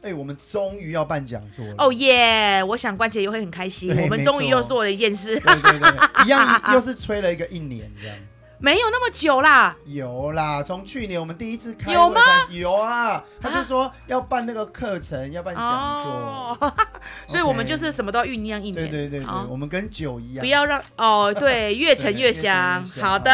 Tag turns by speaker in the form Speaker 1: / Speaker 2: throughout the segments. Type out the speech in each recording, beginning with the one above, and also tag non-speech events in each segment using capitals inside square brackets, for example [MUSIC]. Speaker 1: 哎、我们终于要办讲座了。
Speaker 2: 哦耶！我想关姐也会很开心。
Speaker 1: 对
Speaker 2: 我们
Speaker 1: 没
Speaker 2: 终于
Speaker 1: 错
Speaker 2: 又做了一件事，
Speaker 1: 对对
Speaker 2: [LAUGHS]
Speaker 1: 对，一样又是催了一个一年这样。
Speaker 2: 没有那么久啦。
Speaker 1: 有啦，从去年我们第一次开
Speaker 2: 有吗
Speaker 1: 会开始？有啊，他就说要办那个课程，要办讲座。
Speaker 2: 哦， [LAUGHS] 所以我们
Speaker 1: OK
Speaker 2: 就是什么都要酝酿一年。
Speaker 1: 对对对对
Speaker 2: 好，
Speaker 1: 我们跟酒一样。
Speaker 2: 不要让哦，对，越沉
Speaker 1: 对
Speaker 2: 越
Speaker 1: 越沉越
Speaker 2: 香。
Speaker 1: 香
Speaker 2: 好的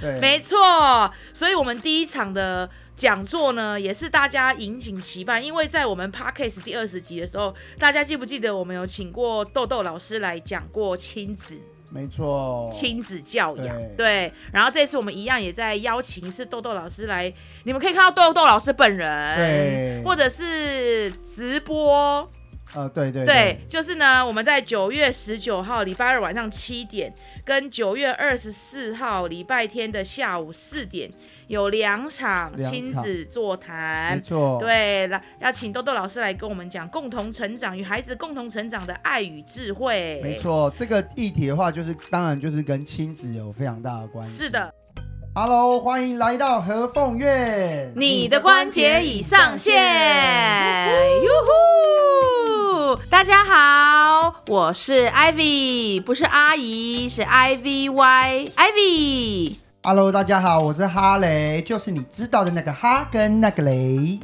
Speaker 1: 对，
Speaker 2: 没错。所以，我们第一场的讲座呢，也是大家引颈期盼，因为在我们 podcast 第二十集的时候，大家记不记得我们有请过豆豆老师来讲过亲子
Speaker 1: 没错。
Speaker 2: 亲子教养？
Speaker 1: 哦对
Speaker 2: 对。然后这次我们一样也在邀请是豆豆老师来，你们可以看到豆豆老师本人，
Speaker 1: 对
Speaker 2: 或者是直播。
Speaker 1: 呃，对对
Speaker 2: 对，就是呢，我们在九月十九号礼拜二晚上七点，跟九月二十四号礼拜天的下午四点，有两场
Speaker 1: 两场
Speaker 2: 亲子座
Speaker 1: 没
Speaker 2: 谈。
Speaker 1: 错。
Speaker 2: 对，来要请豆豆老师来跟我们讲共同成长与孩子共同成长的爱与智慧。
Speaker 1: 没，错，这个议题的话，就是当然就是跟亲子有非常大的关系。
Speaker 2: 是的。
Speaker 1: Hello，欢迎来到何凤月，
Speaker 2: 你的关节已上线，哟呼！大家好，我是 Ivy，不是阿姨，是 I V Y Ivy。
Speaker 1: Hello，大家好，我是哈雷，就是你知道的那个哈跟那个雷。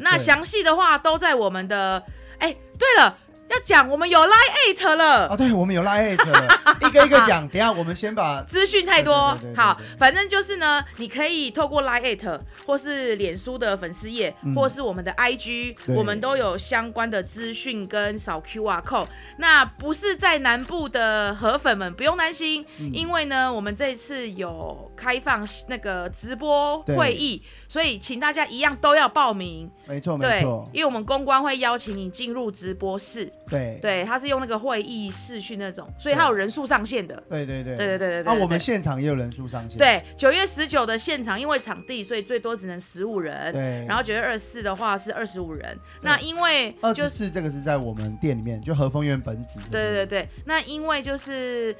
Speaker 2: 那
Speaker 1: 对
Speaker 2: 详细的话都在我们的。哎、对了，要讲我们有 Line at 了，
Speaker 1: 哦，对，我们有 Lite，了 [LAUGHS] 一个一个讲。等一下我们先 [LAUGHS] 把
Speaker 2: 资讯太多
Speaker 1: 对对对对。对
Speaker 2: 好
Speaker 1: 对，
Speaker 2: 反正就是呢，你可以透过 Line at 或是脸书的粉丝页，
Speaker 1: 嗯
Speaker 2: 或是我们的 IG，
Speaker 1: 对
Speaker 2: 我们都有相关的资讯跟扫 QR code。那不是在南部的河粉们不用担心，
Speaker 1: 嗯
Speaker 2: 因为呢，我们这次有开放那个直播
Speaker 1: 对
Speaker 2: 会议，所以请大家一样都要报名。
Speaker 1: 没错没
Speaker 2: 对
Speaker 1: 错，，
Speaker 2: 因为我们公关会邀请你进入直播室，
Speaker 1: 对
Speaker 2: 对，它是用那个会议视讯那种，所以它有人数上限的。
Speaker 1: 对对对
Speaker 2: 对对对对对
Speaker 1: 那
Speaker 2: 对
Speaker 1: 我们现场也有人数上限。
Speaker 2: 对，九月十九的现场，因为场地，所以最多只能十五人。
Speaker 1: 对，
Speaker 2: 然后九月二十四的话是二十五人。那因为
Speaker 1: 二
Speaker 2: 就
Speaker 1: 十
Speaker 2: 是
Speaker 1: 四这个是在我们店里面，就和风苑本址。
Speaker 2: 对对对，那因为就是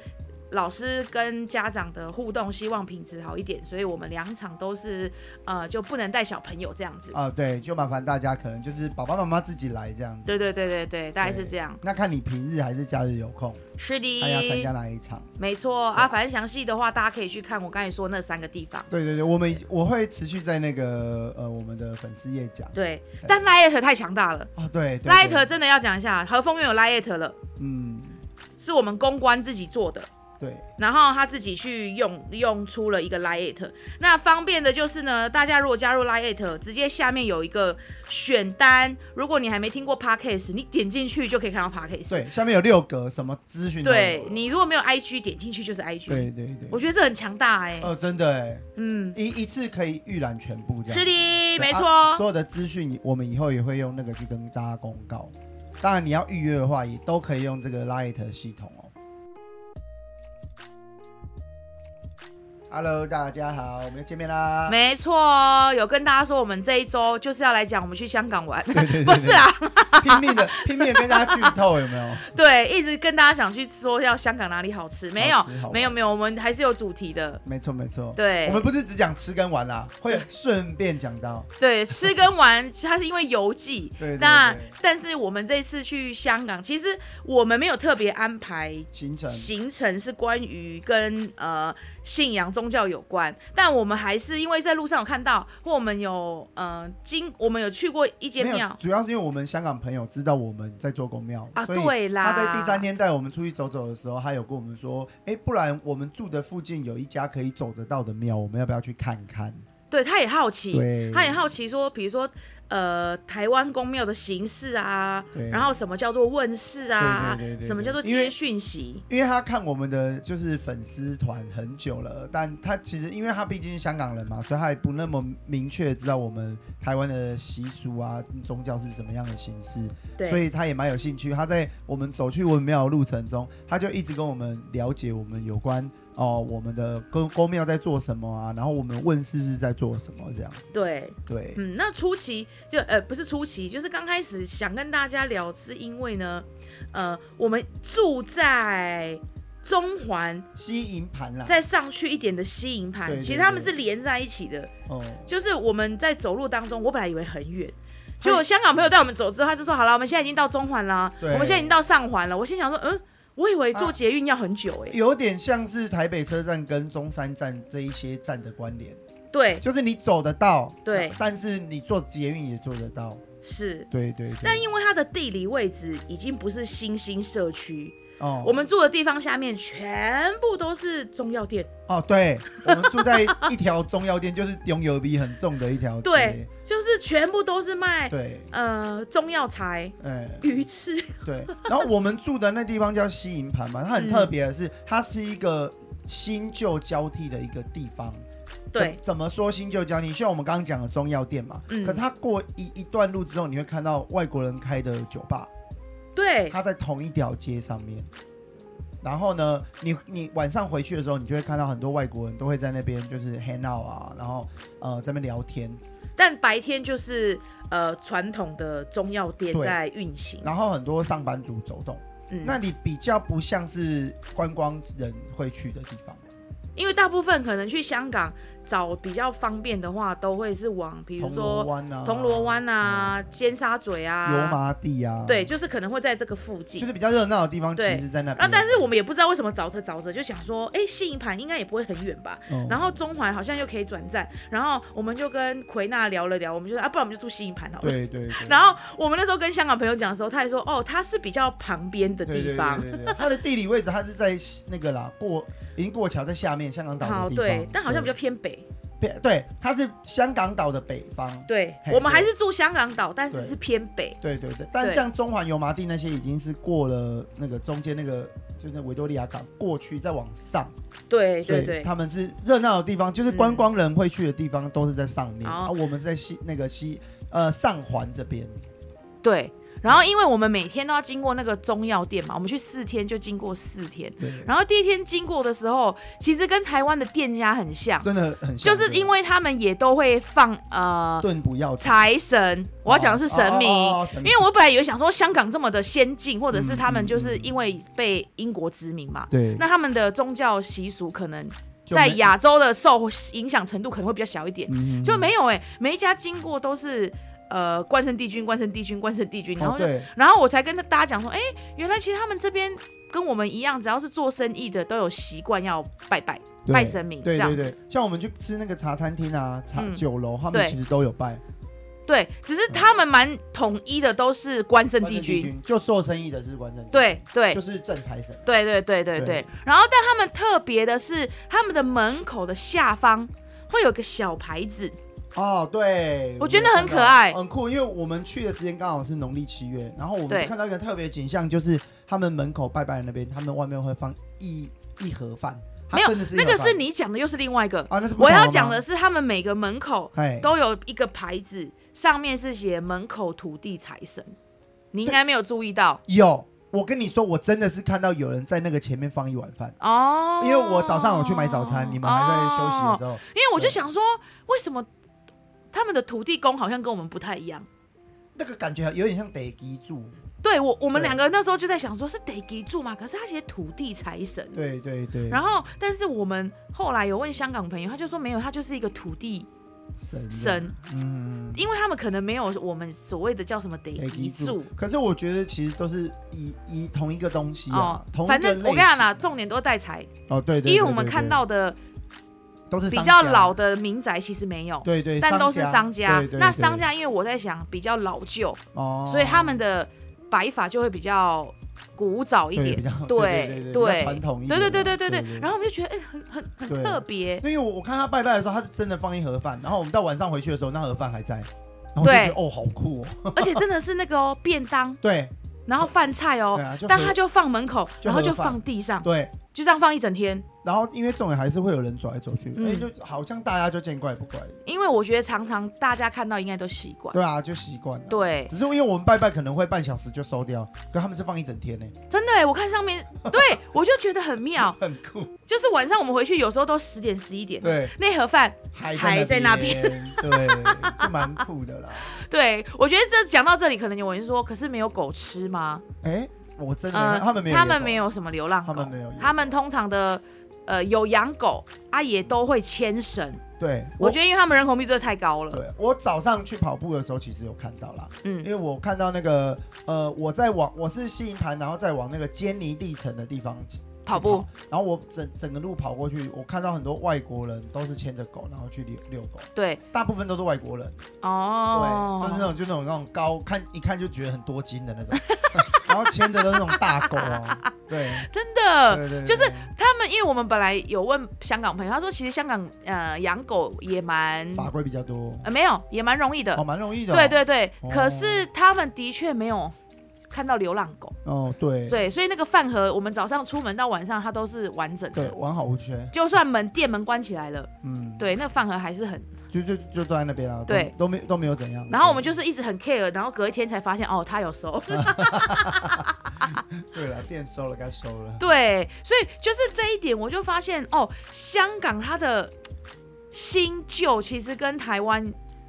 Speaker 2: 老师跟家长的互动，希望品质好一点，所以我们两场都是呃就不能带小朋友这样子。
Speaker 1: 啊，对，就麻烦大家可能就是爸爸妈妈自己来这样子。
Speaker 2: 对对对对对，大概是这样。
Speaker 1: 那看你平日还是假日有空，
Speaker 2: 是的，
Speaker 1: 大家参加哪一场？
Speaker 2: 没错啊，反正详细的话，大家可以去看我刚才说那三个地方。
Speaker 1: 对对对，我们我会持续在那个呃我们的粉丝页讲。
Speaker 2: 对，但 Light 太强大了
Speaker 1: 啊，对对
Speaker 2: ，Light
Speaker 1: 对，
Speaker 2: 真的要讲一下，和风园有 Light 了，
Speaker 1: 嗯，
Speaker 2: 是我们公关自己做的，
Speaker 1: 对，
Speaker 2: 然后他自己去用用出了一个 Light。那方便的就是呢，大家如果加入 Light，直接下面有一个选单，如果你还没听过 Podcast，你点进去就可以看到 Podcast。
Speaker 1: 对，下面有六格，什么资讯都有？
Speaker 2: 对你如果没有 IG，点进去就是 IG。
Speaker 1: 对对对，
Speaker 2: 我觉得这很强大哎、
Speaker 1: 哦，真的哎，
Speaker 2: 嗯，
Speaker 1: 一一次可以预览全部这样。
Speaker 2: 是的，
Speaker 1: 对，
Speaker 2: 没
Speaker 1: 啊
Speaker 2: 错。
Speaker 1: 所有的资讯我们以后也会用那个去跟大家公告。当然，你要预约的话，也都可以用这个 Light 系统哦。Hello，大家好，我们又见面啦。
Speaker 2: 没错，哦有跟大家说，我们这一周就是要来讲我们去香港玩，
Speaker 1: 对对对
Speaker 2: [LAUGHS] 不是啊？
Speaker 1: 拼命的拼命的跟大家剧透，有没有？
Speaker 2: 对，一直跟大家想去说要香港哪里好吃，没有
Speaker 1: 好吃好，玩
Speaker 2: 没有，没有，我们还是有主题的。
Speaker 1: 没错没错。
Speaker 2: 对
Speaker 1: 我们不是只讲吃跟玩啦，会顺便讲到。
Speaker 2: 对，吃跟玩，它是因为游记。
Speaker 1: 对对
Speaker 2: 那
Speaker 1: 对
Speaker 2: 但是我们这次去香港，其实我们没有特别安排
Speaker 1: 行程。
Speaker 2: 行程是关于跟呃信仰宗教有关，但我们还是因为在路上有看到，或我们有呃经我们有去过一间
Speaker 1: 没有
Speaker 2: 庙，，
Speaker 1: 主要是因为我们香港朋友知道我们在做公庙
Speaker 2: 啊
Speaker 1: 所以
Speaker 2: 对啦
Speaker 1: 他在第三天带我们出去走走的时候，他有跟我们说，哎，不然我们住的附近有一家可以走得到的庙，我们要不要去看看？
Speaker 2: 对，他也好奇，
Speaker 1: 对
Speaker 2: 他也好奇说，比如说，呃，台湾公庙的形式啊，
Speaker 1: 对
Speaker 2: 然后什么叫做问世啊，
Speaker 1: 对对对对对
Speaker 2: 什么叫做
Speaker 1: 因
Speaker 2: 接
Speaker 1: 为
Speaker 2: 讯息，
Speaker 1: 因为他看我们的就是粉丝团很久了，但他其实因为他毕竟是香港人嘛，所以他也不那么明确知道我们台湾的习俗啊、宗教是什么样的形式，所
Speaker 2: 对，
Speaker 1: 以他也蛮有兴趣。他在我们走去文庙的路程中，他就一直跟我们了解我们有关哦、我们的公公庙在做什么啊，然后我们问世是在做什么这样子。
Speaker 2: 对，
Speaker 1: 对，
Speaker 2: 嗯，那初期就呃不是初期，就是刚开始想跟大家聊，是因为呢，呃，我们住在中环
Speaker 1: 西营盘啦，
Speaker 2: 再上去一点的西营
Speaker 1: 对
Speaker 2: 盘，
Speaker 1: 对
Speaker 2: 其实他们是连在一起的。
Speaker 1: 哦，
Speaker 2: 就是我们在走路当中，我本来以为很远，结果香港朋友带我们走之后，他就说：“好了，我们现在已经到中环啦，我
Speaker 1: 对啊
Speaker 2: 们现在已经到上环了。”我心想说：“嗯，我以为坐捷运要很久哎、
Speaker 1: 有点像是台北车站跟中山站这一些站的关联，
Speaker 2: 对，
Speaker 1: 就是你走得到，
Speaker 2: 对
Speaker 1: 但是你坐捷运也做得到，
Speaker 2: 是。
Speaker 1: 对对对。
Speaker 2: 但因为它的地理位置已经不是新兴社区，
Speaker 1: 哦，
Speaker 2: 我们住的地方下面全部都是中药店，
Speaker 1: 哦，对，我们住在一条中药店，就是中油比很重的一条街，
Speaker 2: 对，就是全部都是卖
Speaker 1: 对，
Speaker 2: 呃中药材、
Speaker 1: 哎、
Speaker 2: 鱼翅，
Speaker 1: [LAUGHS] 对。然后我们住的那地方叫西营盘嘛，它
Speaker 2: 嗯
Speaker 1: 很特别的是，它是一个新旧交替的一个地方。
Speaker 2: 对
Speaker 1: 怎，怎么说新旧交替？像我们刚刚讲的中药店嘛，
Speaker 2: 嗯
Speaker 1: 可它过一一段路之后，你会看到外国人开的酒吧，
Speaker 2: 对，
Speaker 1: 它在同一条街上面。然后呢，你你晚上回去的时候，你就会看到很多外国人都会在那边就是 hang out 啊，然后呃在那边聊天，
Speaker 2: 但白天就是呃传统的中药店
Speaker 1: 对
Speaker 2: 在运行。
Speaker 1: 然后很多上班族走动，
Speaker 2: 嗯，
Speaker 1: 那里比较不像是观光人会去的地方，
Speaker 2: 因为大部分可能去香港找比较方便的话，都会是往比如
Speaker 1: 铜锣
Speaker 2: 说
Speaker 1: 湾啊，
Speaker 2: 铜锣湾啊、尖沙咀
Speaker 1: 嗯、油
Speaker 2: 啊，
Speaker 1: 麻地啊，
Speaker 2: 对，，就是可能会在这个附近
Speaker 1: 就。是比较热闹的地方，其
Speaker 2: 对
Speaker 1: 实在那边。
Speaker 2: 啊，但是我们也不知道为什么找着找着就想说，哎、西营盘应该也不会很远吧？
Speaker 1: 嗯
Speaker 2: 然后中环好像又可以转站，然后我们就跟奎娜聊了聊，我们就说啊，不然我们就住西营盘好了。
Speaker 1: 对对对，
Speaker 2: 然后我们那时候跟香港朋友讲的时候，他还说，哦，它是比较旁边的
Speaker 1: 对
Speaker 2: 地方，
Speaker 1: 对对对对，它的地理位置它是在那个啦，过已经过桥在下面香港岛的地
Speaker 2: 好
Speaker 1: 方，
Speaker 2: 对，但好像比较偏北。
Speaker 1: 对对，它是香港岛的北方。
Speaker 2: 对，
Speaker 1: 嘿
Speaker 2: 我们
Speaker 1: 对
Speaker 2: 还是住香港岛，但是
Speaker 1: 对
Speaker 2: 是偏北。
Speaker 1: 对对对，但
Speaker 2: 对
Speaker 1: 像中环油麻地那些已经是过了那个中间那个就是维多利亚港过去再往上，
Speaker 2: 对
Speaker 1: 所
Speaker 2: 对
Speaker 1: 以
Speaker 2: 对，
Speaker 1: 他们是热闹的地方，就是观光人会去的地方都是在上面，
Speaker 2: 嗯
Speaker 1: 啊，我们是在西那个西呃上环这边，
Speaker 2: 对。然后，因为我们每天都要经过那个中药店嘛，我们去四天就经过四天。
Speaker 1: 对，
Speaker 2: 然后第一天经过的时候，其实跟台湾的店家很像，
Speaker 1: 真的很像
Speaker 2: 就是因
Speaker 1: 为
Speaker 2: 为他们也都会放呃
Speaker 1: 盾不要紧
Speaker 2: 财神，我要讲的是神明，
Speaker 1: 哦哦哦哦神
Speaker 2: 因
Speaker 1: 明
Speaker 2: 为我本来以为想说香港这么的先进，或者是他们就是因为被英国殖民嘛，
Speaker 1: 对，
Speaker 2: 那他们的宗教习俗可能
Speaker 1: 就
Speaker 2: 在
Speaker 1: 没
Speaker 2: 亚洲的受影响程度可能会比较小一点。
Speaker 1: 嗯
Speaker 2: 就没有哎、每一家经过都是呃关圣帝君、关圣帝君、关圣帝君，然
Speaker 1: 哦
Speaker 2: 后就、
Speaker 1: 对，
Speaker 2: 然后我才跟大家讲说，哎、原来其实他们这边跟我们一样，只要是做生意的都有习惯要拜拜
Speaker 1: 对
Speaker 2: 拜神明这
Speaker 1: 对
Speaker 2: 样
Speaker 1: 对
Speaker 2: 子。
Speaker 1: 对，像我们去吃那个茶餐厅啊、茶
Speaker 2: 嗯
Speaker 1: 酒楼，他们
Speaker 2: 对
Speaker 1: 其实都有拜
Speaker 2: 对，只是他们蛮统一的，都是关圣
Speaker 1: 关
Speaker 2: 帝
Speaker 1: 圣
Speaker 2: 君。
Speaker 1: 帝君，就做生意的是关圣帝君，
Speaker 2: 对对
Speaker 1: 就是正财神，
Speaker 2: 对对对对对
Speaker 1: 对。
Speaker 2: 然后，但他们特别的是，他们的门口的下方会有个小牌子，
Speaker 1: 哦，对，
Speaker 2: 我觉得
Speaker 1: 有
Speaker 2: 很
Speaker 1: 看
Speaker 2: 可
Speaker 1: 到
Speaker 2: 爱
Speaker 1: 很酷。因为我们去的时间刚好是农历七月，然后我们
Speaker 2: 对
Speaker 1: 就看到一个特别景象，就是他们门口拜拜的那边，他们外面会放一一盒饭，它
Speaker 2: 没有
Speaker 1: 真的是一
Speaker 2: 那个
Speaker 1: 盒饭
Speaker 2: 是你讲的，又是另外一个。
Speaker 1: 啊，那是不
Speaker 2: 我
Speaker 1: 同
Speaker 2: 要
Speaker 1: 吗
Speaker 2: 讲的，是，他们每个门口
Speaker 1: 哎，
Speaker 2: 都有一个牌子，上面是写门口土地财神，你应该没有注意到
Speaker 1: 有。我跟你说，我真的是看到有人在那个前面放一碗饭，
Speaker 2: 哦。
Speaker 1: 因为我早上我去买早餐，你们还在休息的时
Speaker 2: 候，
Speaker 1: 候，
Speaker 2: 因为我就想说，为什么他们的土地公好像跟我们不太一样？
Speaker 1: 那个感觉有点像得基柱，
Speaker 2: 对我，我们
Speaker 1: 对
Speaker 2: 两个那时候就在想说，是得给住嘛？可是他写土地财神，
Speaker 1: 对对对，
Speaker 2: 然后，但是我们后来有问香港朋友，他就说没有，他就是一个土地
Speaker 1: 神
Speaker 2: 神，
Speaker 1: 嗯，
Speaker 2: 因为他们可能没有我们所谓的叫什么得
Speaker 1: 得
Speaker 2: 遗
Speaker 1: 基柱
Speaker 2: 住。。
Speaker 1: 可是我觉得其实都是一一同一个东西
Speaker 2: 哦
Speaker 1: 啊，同一
Speaker 2: 反
Speaker 1: 个
Speaker 2: 正
Speaker 1: 类
Speaker 2: 我跟你讲
Speaker 1: 型
Speaker 2: 啦，重点都在财，
Speaker 1: 哦，对对，
Speaker 2: 因为
Speaker 1: 对
Speaker 2: 我们
Speaker 1: 对
Speaker 2: 看
Speaker 1: 对
Speaker 2: 到的
Speaker 1: 都是
Speaker 2: 比
Speaker 1: 商
Speaker 2: 较
Speaker 1: 家
Speaker 2: 老，的民宅其实没有，
Speaker 1: 对对，
Speaker 2: 但都是商家。
Speaker 1: 对对
Speaker 2: 那
Speaker 1: 对
Speaker 2: 商家，因为我在想比较老旧，
Speaker 1: 哦，
Speaker 2: 所以他们的摆法就会比较古早一
Speaker 1: 哦对
Speaker 2: 点
Speaker 1: 比较。对对对比较
Speaker 2: 对，
Speaker 1: 传统一
Speaker 2: 对
Speaker 1: 点
Speaker 2: 对
Speaker 1: 的
Speaker 2: 对对对
Speaker 1: 对
Speaker 2: 对。
Speaker 1: 对
Speaker 2: 然后我们就觉得，哎，很很很
Speaker 1: 对
Speaker 2: 特
Speaker 1: [LAUGHS]
Speaker 2: 别。
Speaker 1: 因为我我看他拜拜的时候，他是真的放一盒饭，然后我们到晚上回去的时候，那盒饭还在，然后我就
Speaker 2: 对
Speaker 1: 觉得哦，好酷哦，
Speaker 2: 而且真的是那个哦，便当，
Speaker 1: 对
Speaker 2: 然后饭菜哦
Speaker 1: 对啊，就
Speaker 2: 但
Speaker 1: 盒
Speaker 2: 他就放门口，
Speaker 1: 就
Speaker 2: 然后
Speaker 1: 盒
Speaker 2: 就
Speaker 1: 饭
Speaker 2: 放地上，
Speaker 1: 对，
Speaker 2: 就这样放一整天。
Speaker 1: 然后因为重点还是会有人走来走去，
Speaker 2: 嗯
Speaker 1: 哎，就好像大家就见怪不怪，
Speaker 2: 因为我觉得常常大家看到应该都习惯。
Speaker 1: 对啊，就习惯了，。
Speaker 2: 对，
Speaker 1: 只是因为我们拜拜可能会半小时就收掉，可他们是放一整天呢，
Speaker 2: 真的哎，我看上面， [LAUGHS] 对我就觉得很妙，
Speaker 1: 很酷。
Speaker 2: 就是晚上我们回去有时候都十点十一点，
Speaker 1: 对，
Speaker 2: 那盒饭
Speaker 1: 还
Speaker 2: 还在那
Speaker 1: 边，对，就蛮酷的啦。
Speaker 2: 对，我觉得这讲到这里，可能有人说，可是没有狗吃吗？
Speaker 1: 哎，我真的没
Speaker 2: 呃，
Speaker 1: 有他们没有野狗，
Speaker 2: 他们没有什么流浪狗，
Speaker 1: 他们没有野狗
Speaker 2: 他们通常的呃有养狗啊，也都会牵绳。
Speaker 1: 对，
Speaker 2: 我觉得，因为他们人口密度真的太高了，
Speaker 1: 对我早上去跑步的时候，其实有看到啦，因
Speaker 2: 嗯，
Speaker 1: 为我看到那个呃，我在往我是吸引盘，然后再往那个坚尼地城的地方去
Speaker 2: 跑步，
Speaker 1: 然后我整整个路跑过去，我看到很多外国人都是牵着狗，然后去遛遛狗，
Speaker 2: 对，
Speaker 1: 大部分都是外国人，
Speaker 2: 哦
Speaker 1: 对，，就是那种就那种那种高看一看就觉得很多金的那
Speaker 2: [LAUGHS]
Speaker 1: 种，然后牵的都是那种大狗啊，对，
Speaker 2: 真的，
Speaker 1: 对对对，
Speaker 2: 呃就是他们，因为我们本来有问香港朋友，他说其实香港呃养狗也蛮
Speaker 1: 法规比较多，
Speaker 2: 呃没有也蛮容易的，
Speaker 1: 哦，蛮容易的、哦，
Speaker 2: 对，对对，
Speaker 1: 哦
Speaker 2: 可是他们的确没有看到流浪狗，
Speaker 1: 哦对
Speaker 2: 对，所以那个饭盒我们早上出门到晚上它都是完整
Speaker 1: 对，
Speaker 2: 的，
Speaker 1: 完好无缺，
Speaker 2: 就算门店门关起来了，
Speaker 1: 嗯，
Speaker 2: 对，那饭盒还是很。
Speaker 1: 就就就坐在那边啊啦，都
Speaker 2: 对，
Speaker 1: 都没都没有怎样，
Speaker 2: 然后我们
Speaker 1: 就
Speaker 2: 就是一直很 care，然后隔一天才发现哦，他有收。
Speaker 1: 对了，店收了该收了，
Speaker 2: 对，所以就是这一点，我就发现哦，香港它的嗯新旧其实跟台湾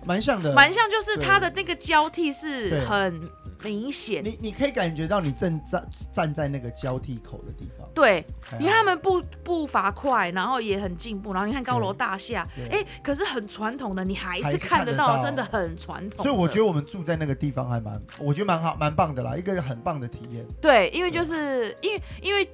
Speaker 1: 蛮像的，
Speaker 2: 蛮像，就是它的那个交替是
Speaker 1: 对
Speaker 2: 很明显。
Speaker 1: 你你可以感觉到你正站站在那个交替口的地方，
Speaker 2: 对，
Speaker 1: 哎呀
Speaker 2: 你看他们步步伐快，然后也很进步，然后你看高楼大厦，
Speaker 1: 对
Speaker 2: 哎，可是很传统的，你还
Speaker 1: 还是
Speaker 2: 是看
Speaker 1: 看
Speaker 2: 得
Speaker 1: 得
Speaker 2: 到，
Speaker 1: 到
Speaker 2: 真的很传统的。
Speaker 1: 所以我觉得我们住在那个地方还蛮，我觉得蛮好，蛮棒的啦，一个很棒的体验。
Speaker 2: 对，因为就是因为因为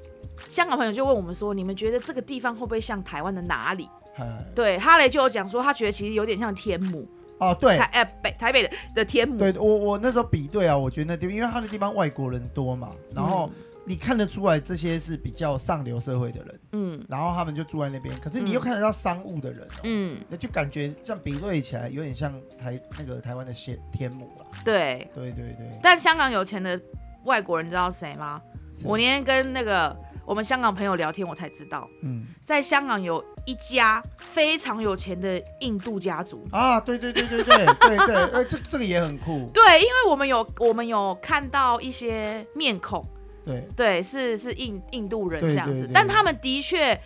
Speaker 2: 香港朋友就问我们说，你们觉得这个地方会不会像台湾的哪里？
Speaker 1: 哎，
Speaker 2: 对，哈雷就有讲说，他觉得其实有点像天母，
Speaker 1: 哦，对
Speaker 2: 台，呃北台北的的天母，
Speaker 1: 对我我那时候比对啊，我觉得那地方，因为他的地方外国人多嘛，然
Speaker 2: 嗯
Speaker 1: 后你看得出来这些是比较上流社会的人，
Speaker 2: 嗯
Speaker 1: 然后他们就住在那边，可是你
Speaker 2: 嗯
Speaker 1: 又看得到商务的人、哦，
Speaker 2: 嗯，
Speaker 1: 那就感觉像比对起来有点像台那个台湾的天天母啦，
Speaker 2: 对。
Speaker 1: 对对对，
Speaker 2: 但香港有钱的外国人，你知道是谁吗？
Speaker 1: 是
Speaker 2: 我那天跟那个我们香港朋友聊天，我才知道，
Speaker 1: 嗯
Speaker 2: 在香港有一家非常有钱的印度家族。
Speaker 1: 啊，对对对
Speaker 2: [LAUGHS]
Speaker 1: 对对对对，哎，这这个也很酷，
Speaker 2: 对，因为我们有我们有看到一些面孔，
Speaker 1: 对，
Speaker 2: 对，是是印印度人
Speaker 1: 对
Speaker 2: 这样子，
Speaker 1: 对对
Speaker 2: 但他们的确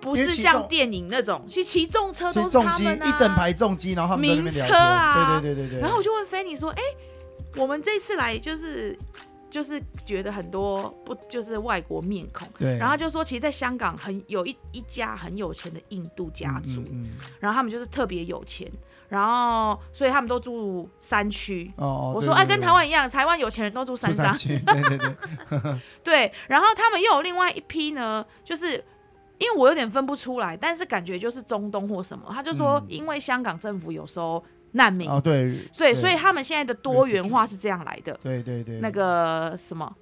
Speaker 2: 不
Speaker 1: 因
Speaker 2: 是
Speaker 1: 为骑
Speaker 2: 像
Speaker 1: 重
Speaker 2: 电影那种，其实骑重车
Speaker 1: 其
Speaker 2: 都
Speaker 1: 实
Speaker 2: 是
Speaker 1: 重
Speaker 2: 他
Speaker 1: 机、
Speaker 2: 们、啊、
Speaker 1: 一整排重机，然后他们在那边聊
Speaker 2: 名车
Speaker 1: 天，
Speaker 2: 啊
Speaker 1: 对对对对对，
Speaker 2: 然后我就问菲尼说：“哎、我们这次来就是就是觉得很多不就是外国面孔，
Speaker 1: 对，
Speaker 2: 然后他就说其实在香港很有一一家很有钱的印度家族，
Speaker 1: 嗯嗯嗯
Speaker 2: 然后他们就是特别有钱，然后所以他们都住山区。”
Speaker 1: 哦哦，
Speaker 2: 我
Speaker 1: 对
Speaker 2: 说，
Speaker 1: 对
Speaker 2: 哎，
Speaker 1: 对
Speaker 2: 跟
Speaker 1: 对
Speaker 2: 台湾一样，台湾有钱人都住山
Speaker 1: 不
Speaker 2: 上
Speaker 1: 上，去，对对对，
Speaker 2: [LAUGHS] 对。然后他们又有另外一批呢，就是因为我有点分不出来，但是感觉就是中东或什么。他就说
Speaker 1: 嗯，
Speaker 2: 因为香港政府有收难民，
Speaker 1: 哦对，
Speaker 2: 所
Speaker 1: 对
Speaker 2: 以
Speaker 1: 嗯
Speaker 2: 所以他们现在的多元化是这样来的。
Speaker 1: 对对对，
Speaker 2: 那个什么，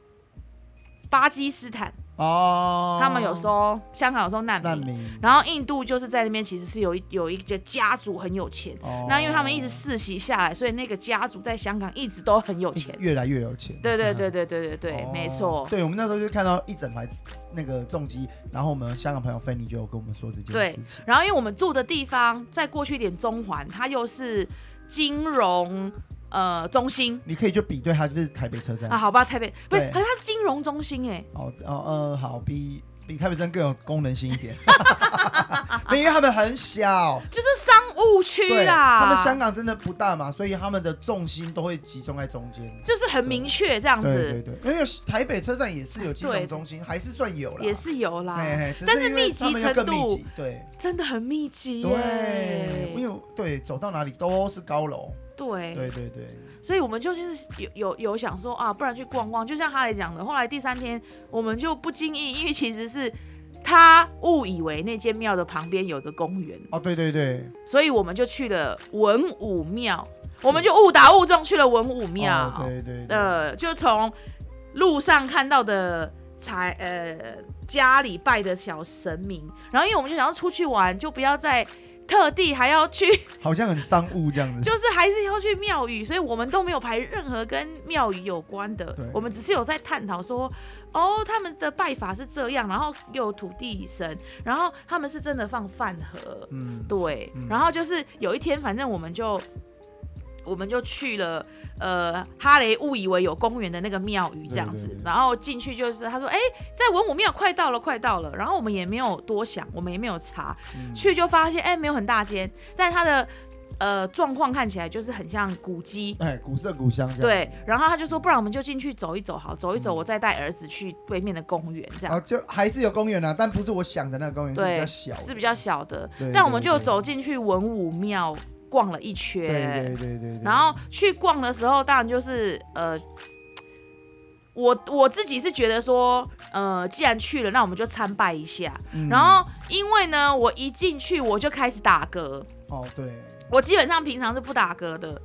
Speaker 2: 巴基斯坦
Speaker 1: 哦，
Speaker 2: 他们有收香港有收难
Speaker 1: 难
Speaker 2: 民，
Speaker 1: 民，
Speaker 2: 然后印度就是在那边其实是有一有一个家族很有钱。
Speaker 1: 哦
Speaker 2: 那因为他们一直世袭下来，所以那个家族在香港一直都很有
Speaker 1: 一直 [LAUGHS]
Speaker 2: 钱。
Speaker 1: 越来越有钱，
Speaker 2: 对对
Speaker 1: 嗯
Speaker 2: 对。对对对对，
Speaker 1: 哦
Speaker 2: 没错。
Speaker 1: 对我们那时候就看到一整排那个重机，然后我们香港朋友芬妮就有跟我们说这件
Speaker 2: 对
Speaker 1: 事情。
Speaker 2: 然后因为我们住的地方在过去一点中环，它又是金融呃中心
Speaker 1: 你可以就比对它就是台北车站
Speaker 2: 啊，好吧，台北不是，
Speaker 1: 对
Speaker 2: 可是它是金融中心哎、
Speaker 1: 哦哦呃，好，比比台北站更有功能性一点， [LAUGHS] 因为他们很小，
Speaker 2: 就是商务区
Speaker 1: 对，
Speaker 2: 啦。
Speaker 1: 他们香港真的不大嘛，所以他们的重心都会集中在中间。
Speaker 2: 就是很明确这样
Speaker 1: 对对
Speaker 2: 子，
Speaker 1: 对，因为台北车站也是有金
Speaker 2: 对
Speaker 1: 融中心，还是算有啦，
Speaker 2: 也是有啦，
Speaker 1: 嘿嘿，只
Speaker 2: 但是
Speaker 1: 因为
Speaker 2: 密集
Speaker 1: 他们又更
Speaker 2: 程度
Speaker 1: 密集，对
Speaker 2: 真的很密集
Speaker 1: 对，因
Speaker 2: 耶。
Speaker 1: 为对走到哪里都是高楼，
Speaker 2: 对，
Speaker 1: 对对对，
Speaker 2: 所以我们就是有有有想说啊，不然去逛逛，就像哈雷讲的，后来第三天我们就不经意，因为其实是。他误以为那间庙的旁边有一个公园，
Speaker 1: 哦对对对，
Speaker 2: 所以我们就去了文武庙，我们就误打误撞去了文武庙。
Speaker 1: 哦对对对，
Speaker 2: 呃，就从路上看到的才呃家里拜的小神明，然后因为我们就想要出去玩，就不要再特地还要去， [LAUGHS]
Speaker 1: 好像很商务这样子，
Speaker 2: 就是还是要去庙宇，所以我们都没有排任何跟庙宇有关的
Speaker 1: 对，
Speaker 2: 我们只是有在探讨说，哦，他们的拜法是这样，然后又有土地神，然后他们是真的放饭盒，
Speaker 1: 嗯，
Speaker 2: 对，
Speaker 1: 嗯
Speaker 2: 然后就是有一天，反正我们就我们就去了，呃，哈雷误以为有公园的那个庙宇这样子，
Speaker 1: 对对对
Speaker 2: 然后进去就是他说，哎、在文武庙快到了，快到了，然后我们也没有多想，我们也没有查，
Speaker 1: 嗯
Speaker 2: 去就发现，哎、没有很大间，但它的。呃状况看起来就是很像古迹。
Speaker 1: 哎，古色古香这样。
Speaker 2: 对，然后他就说，不然我们就进去走一走，好，走一
Speaker 1: 嗯
Speaker 2: 走，我再带儿子去对面的公园，这样。
Speaker 1: 啊，就还是有公园啊，但不是我想的那个公园，是比较小的，
Speaker 2: 是比较小的
Speaker 1: 对，
Speaker 2: 但我
Speaker 1: 对
Speaker 2: 们就
Speaker 1: 对
Speaker 2: 走进去文武庙逛了一圈，
Speaker 1: 对对对对对。
Speaker 2: 然后去逛的时候，当然就是呃，我我自己是觉得说，呃，既然去了，那我们就参拜一下。
Speaker 1: 嗯
Speaker 2: 然后因为呢，我一进去我就开始打嗝，
Speaker 1: 哦，对，
Speaker 2: 我基本上平常是不打嗝的。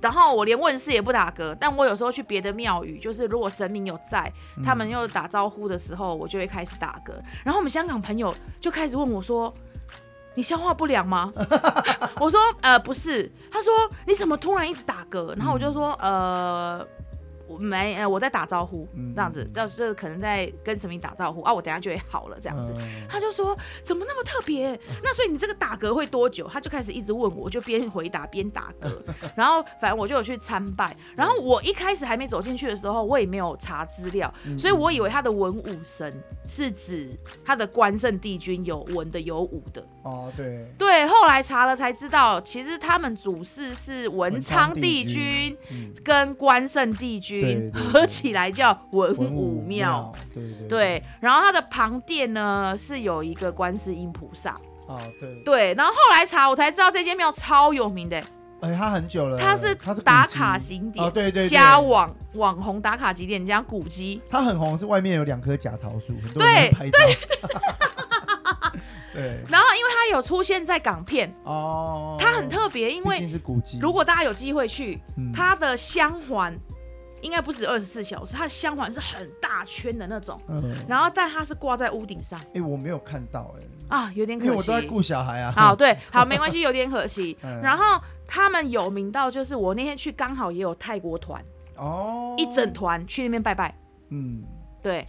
Speaker 2: 然后我连问世也不打嗝，但我有时候去别的庙宇，就是如果神明有在，他们又打招呼的时候，我就会开始打嗝。然后我们香港朋友就开始问我说：“你消化不良吗？” [LAUGHS] 我说：“呃，不是。”他说：“你怎么突然一直打嗝？”然后我就说：“呃，我没，呃，我在打招呼，
Speaker 1: 嗯
Speaker 2: 这样子，就是可能在跟神明打招呼啊，我等下就会好了，这样子。 [LAUGHS]
Speaker 1: 嗯
Speaker 2: 他就说怎么那么特别？那所以你这个打嗝会多久？他就开始一直问我，我就边回答边打 [LAUGHS] 嗝。然后反正我就有去参拜。然后我一开始还没走进去的时候，我也没有查资料，所以我以为他的文武神是指他的关圣帝君有文的有武的。
Speaker 1: 哦，对，
Speaker 2: 对，后来查了才知道，其实他们主事是文昌帝君
Speaker 1: 嗯，
Speaker 2: 跟关圣帝君
Speaker 1: 对对对
Speaker 2: 合起来叫文
Speaker 1: 文
Speaker 2: 武庙。，
Speaker 1: 对对，
Speaker 2: 对，然后它的旁殿呢是有一个观世音菩萨。
Speaker 1: 哦对，
Speaker 2: 对，然后后来查我才知道这间庙超有名的，
Speaker 1: 哎，他很久了，
Speaker 2: 它
Speaker 1: 是他
Speaker 2: 打卡型点，
Speaker 1: 哦，对对，对
Speaker 2: 加网网红打卡景点加古迹。
Speaker 1: 它很红，是外面有两棵假桃树，很多
Speaker 2: 对
Speaker 1: 人会拍照。对 [LAUGHS] 对
Speaker 2: 然后因为它有出现在港片，
Speaker 1: 哦，
Speaker 2: 它很，特别，因为
Speaker 1: 是古迹。
Speaker 2: 如果大家有机会去，
Speaker 1: 嗯
Speaker 2: 它的香环应该不止二十四小时，它的香环是很大圈的那种，
Speaker 1: 嗯，
Speaker 2: 然后但它是挂在屋顶上
Speaker 1: 哎，我没有看到哎，
Speaker 2: 啊，有点可
Speaker 1: 因
Speaker 2: 惜。
Speaker 1: 为我都在顾小孩啊。。
Speaker 2: 好，对，好，没关系，有点可惜
Speaker 1: [LAUGHS] 嗯
Speaker 2: 然后他们有名到，就是我那天去刚好也有泰国团，
Speaker 1: 哦，
Speaker 2: 一整团去那边拜拜，
Speaker 1: 嗯，
Speaker 2: 对。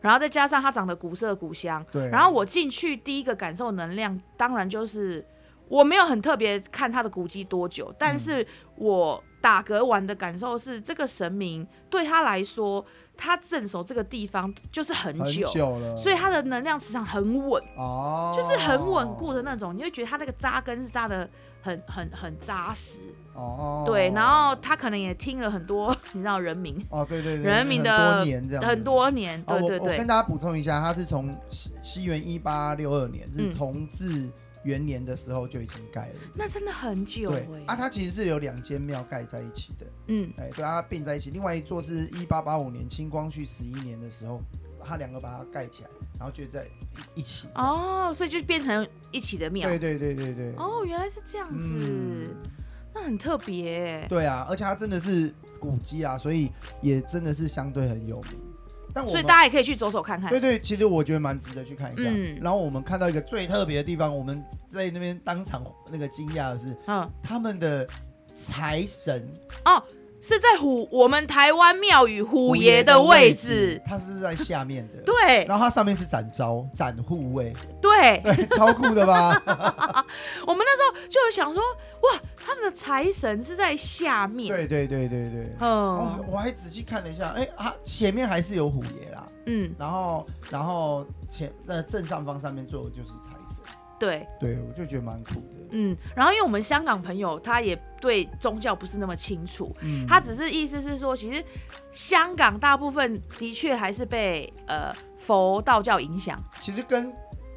Speaker 2: 然后再加上它长得古色古香，
Speaker 1: 对。
Speaker 2: 然后我进去第一个感受能量，当然就是我没有很特别看它的古迹多久，但
Speaker 1: 嗯
Speaker 2: 是我打嗝完的感受是，这个神明对他来说，他镇守这个地方就是很
Speaker 1: 很
Speaker 2: 久，
Speaker 1: 久了，
Speaker 2: 所以他的能量磁场很稳。
Speaker 1: 哦，
Speaker 2: 就是很稳固的那种，你会觉得它那个扎根是扎的很很很扎实，
Speaker 1: 哦，
Speaker 2: 对。然后他可能也听了很多， [LAUGHS] 你知道人民
Speaker 1: 哦，对对对，
Speaker 2: 人民的
Speaker 1: 很多年这样子，
Speaker 2: 很多年，
Speaker 1: 哦，
Speaker 2: 对对
Speaker 1: 我我
Speaker 2: 对
Speaker 1: 跟，大家补充一下，它是从西西元一八六二年，是
Speaker 2: 嗯
Speaker 1: 同治元年的时候就已经盖了。
Speaker 2: 那真的很久
Speaker 1: 对
Speaker 2: 哎、
Speaker 1: 啊，它其实是有两间庙盖在一起的，
Speaker 2: 嗯，
Speaker 1: 哎，对，它并在一起。另外一座是一八八五年清光绪十一年的时候，它两个把它盖起来，然后就在一一起。
Speaker 2: 哦，所以就变成一起的庙
Speaker 1: 对，对对对嗯对。
Speaker 2: 哦，原来是这样子，那很特别哎、
Speaker 1: 对啊，而且它真的是古迹啊，所以也真的是相对很有名。但我
Speaker 2: 所以
Speaker 1: 们
Speaker 2: 大家也可以去走走看看
Speaker 1: 对，对，其实我觉得蛮值得去看一下。
Speaker 2: 嗯
Speaker 1: 然后我们看到一个最特别的地方，我们在那边当场那个惊讶的是，
Speaker 2: 嗯，
Speaker 1: 他们的财神
Speaker 2: 是在虎我们台湾庙宇虎爷的
Speaker 1: 的
Speaker 2: 位
Speaker 1: 置
Speaker 2: 置，，
Speaker 1: 它是在下面的。
Speaker 2: [LAUGHS] 对
Speaker 1: 然后它上面是展昭、展护卫，
Speaker 2: 对，
Speaker 1: 对，超酷的
Speaker 2: [LAUGHS]
Speaker 1: 吧？
Speaker 2: 我们那时候就有想说，哇，他们的财神是在下面，
Speaker 1: 对对对对对。哦
Speaker 2: 嗯，
Speaker 1: 我还仔细看了一下，哎、啊，前面还是有虎爷啦，
Speaker 2: 嗯，
Speaker 1: 然后然后前呃正上方上面做的就是财神，
Speaker 2: 对，
Speaker 1: 对我就觉得蛮酷的。
Speaker 2: 嗯，然后因为我们香港朋友他也对宗教不是那么清楚，
Speaker 1: 嗯，
Speaker 2: 他只是意思是说，其实香港大部分的确还是被呃佛道教影响，
Speaker 1: 其实跟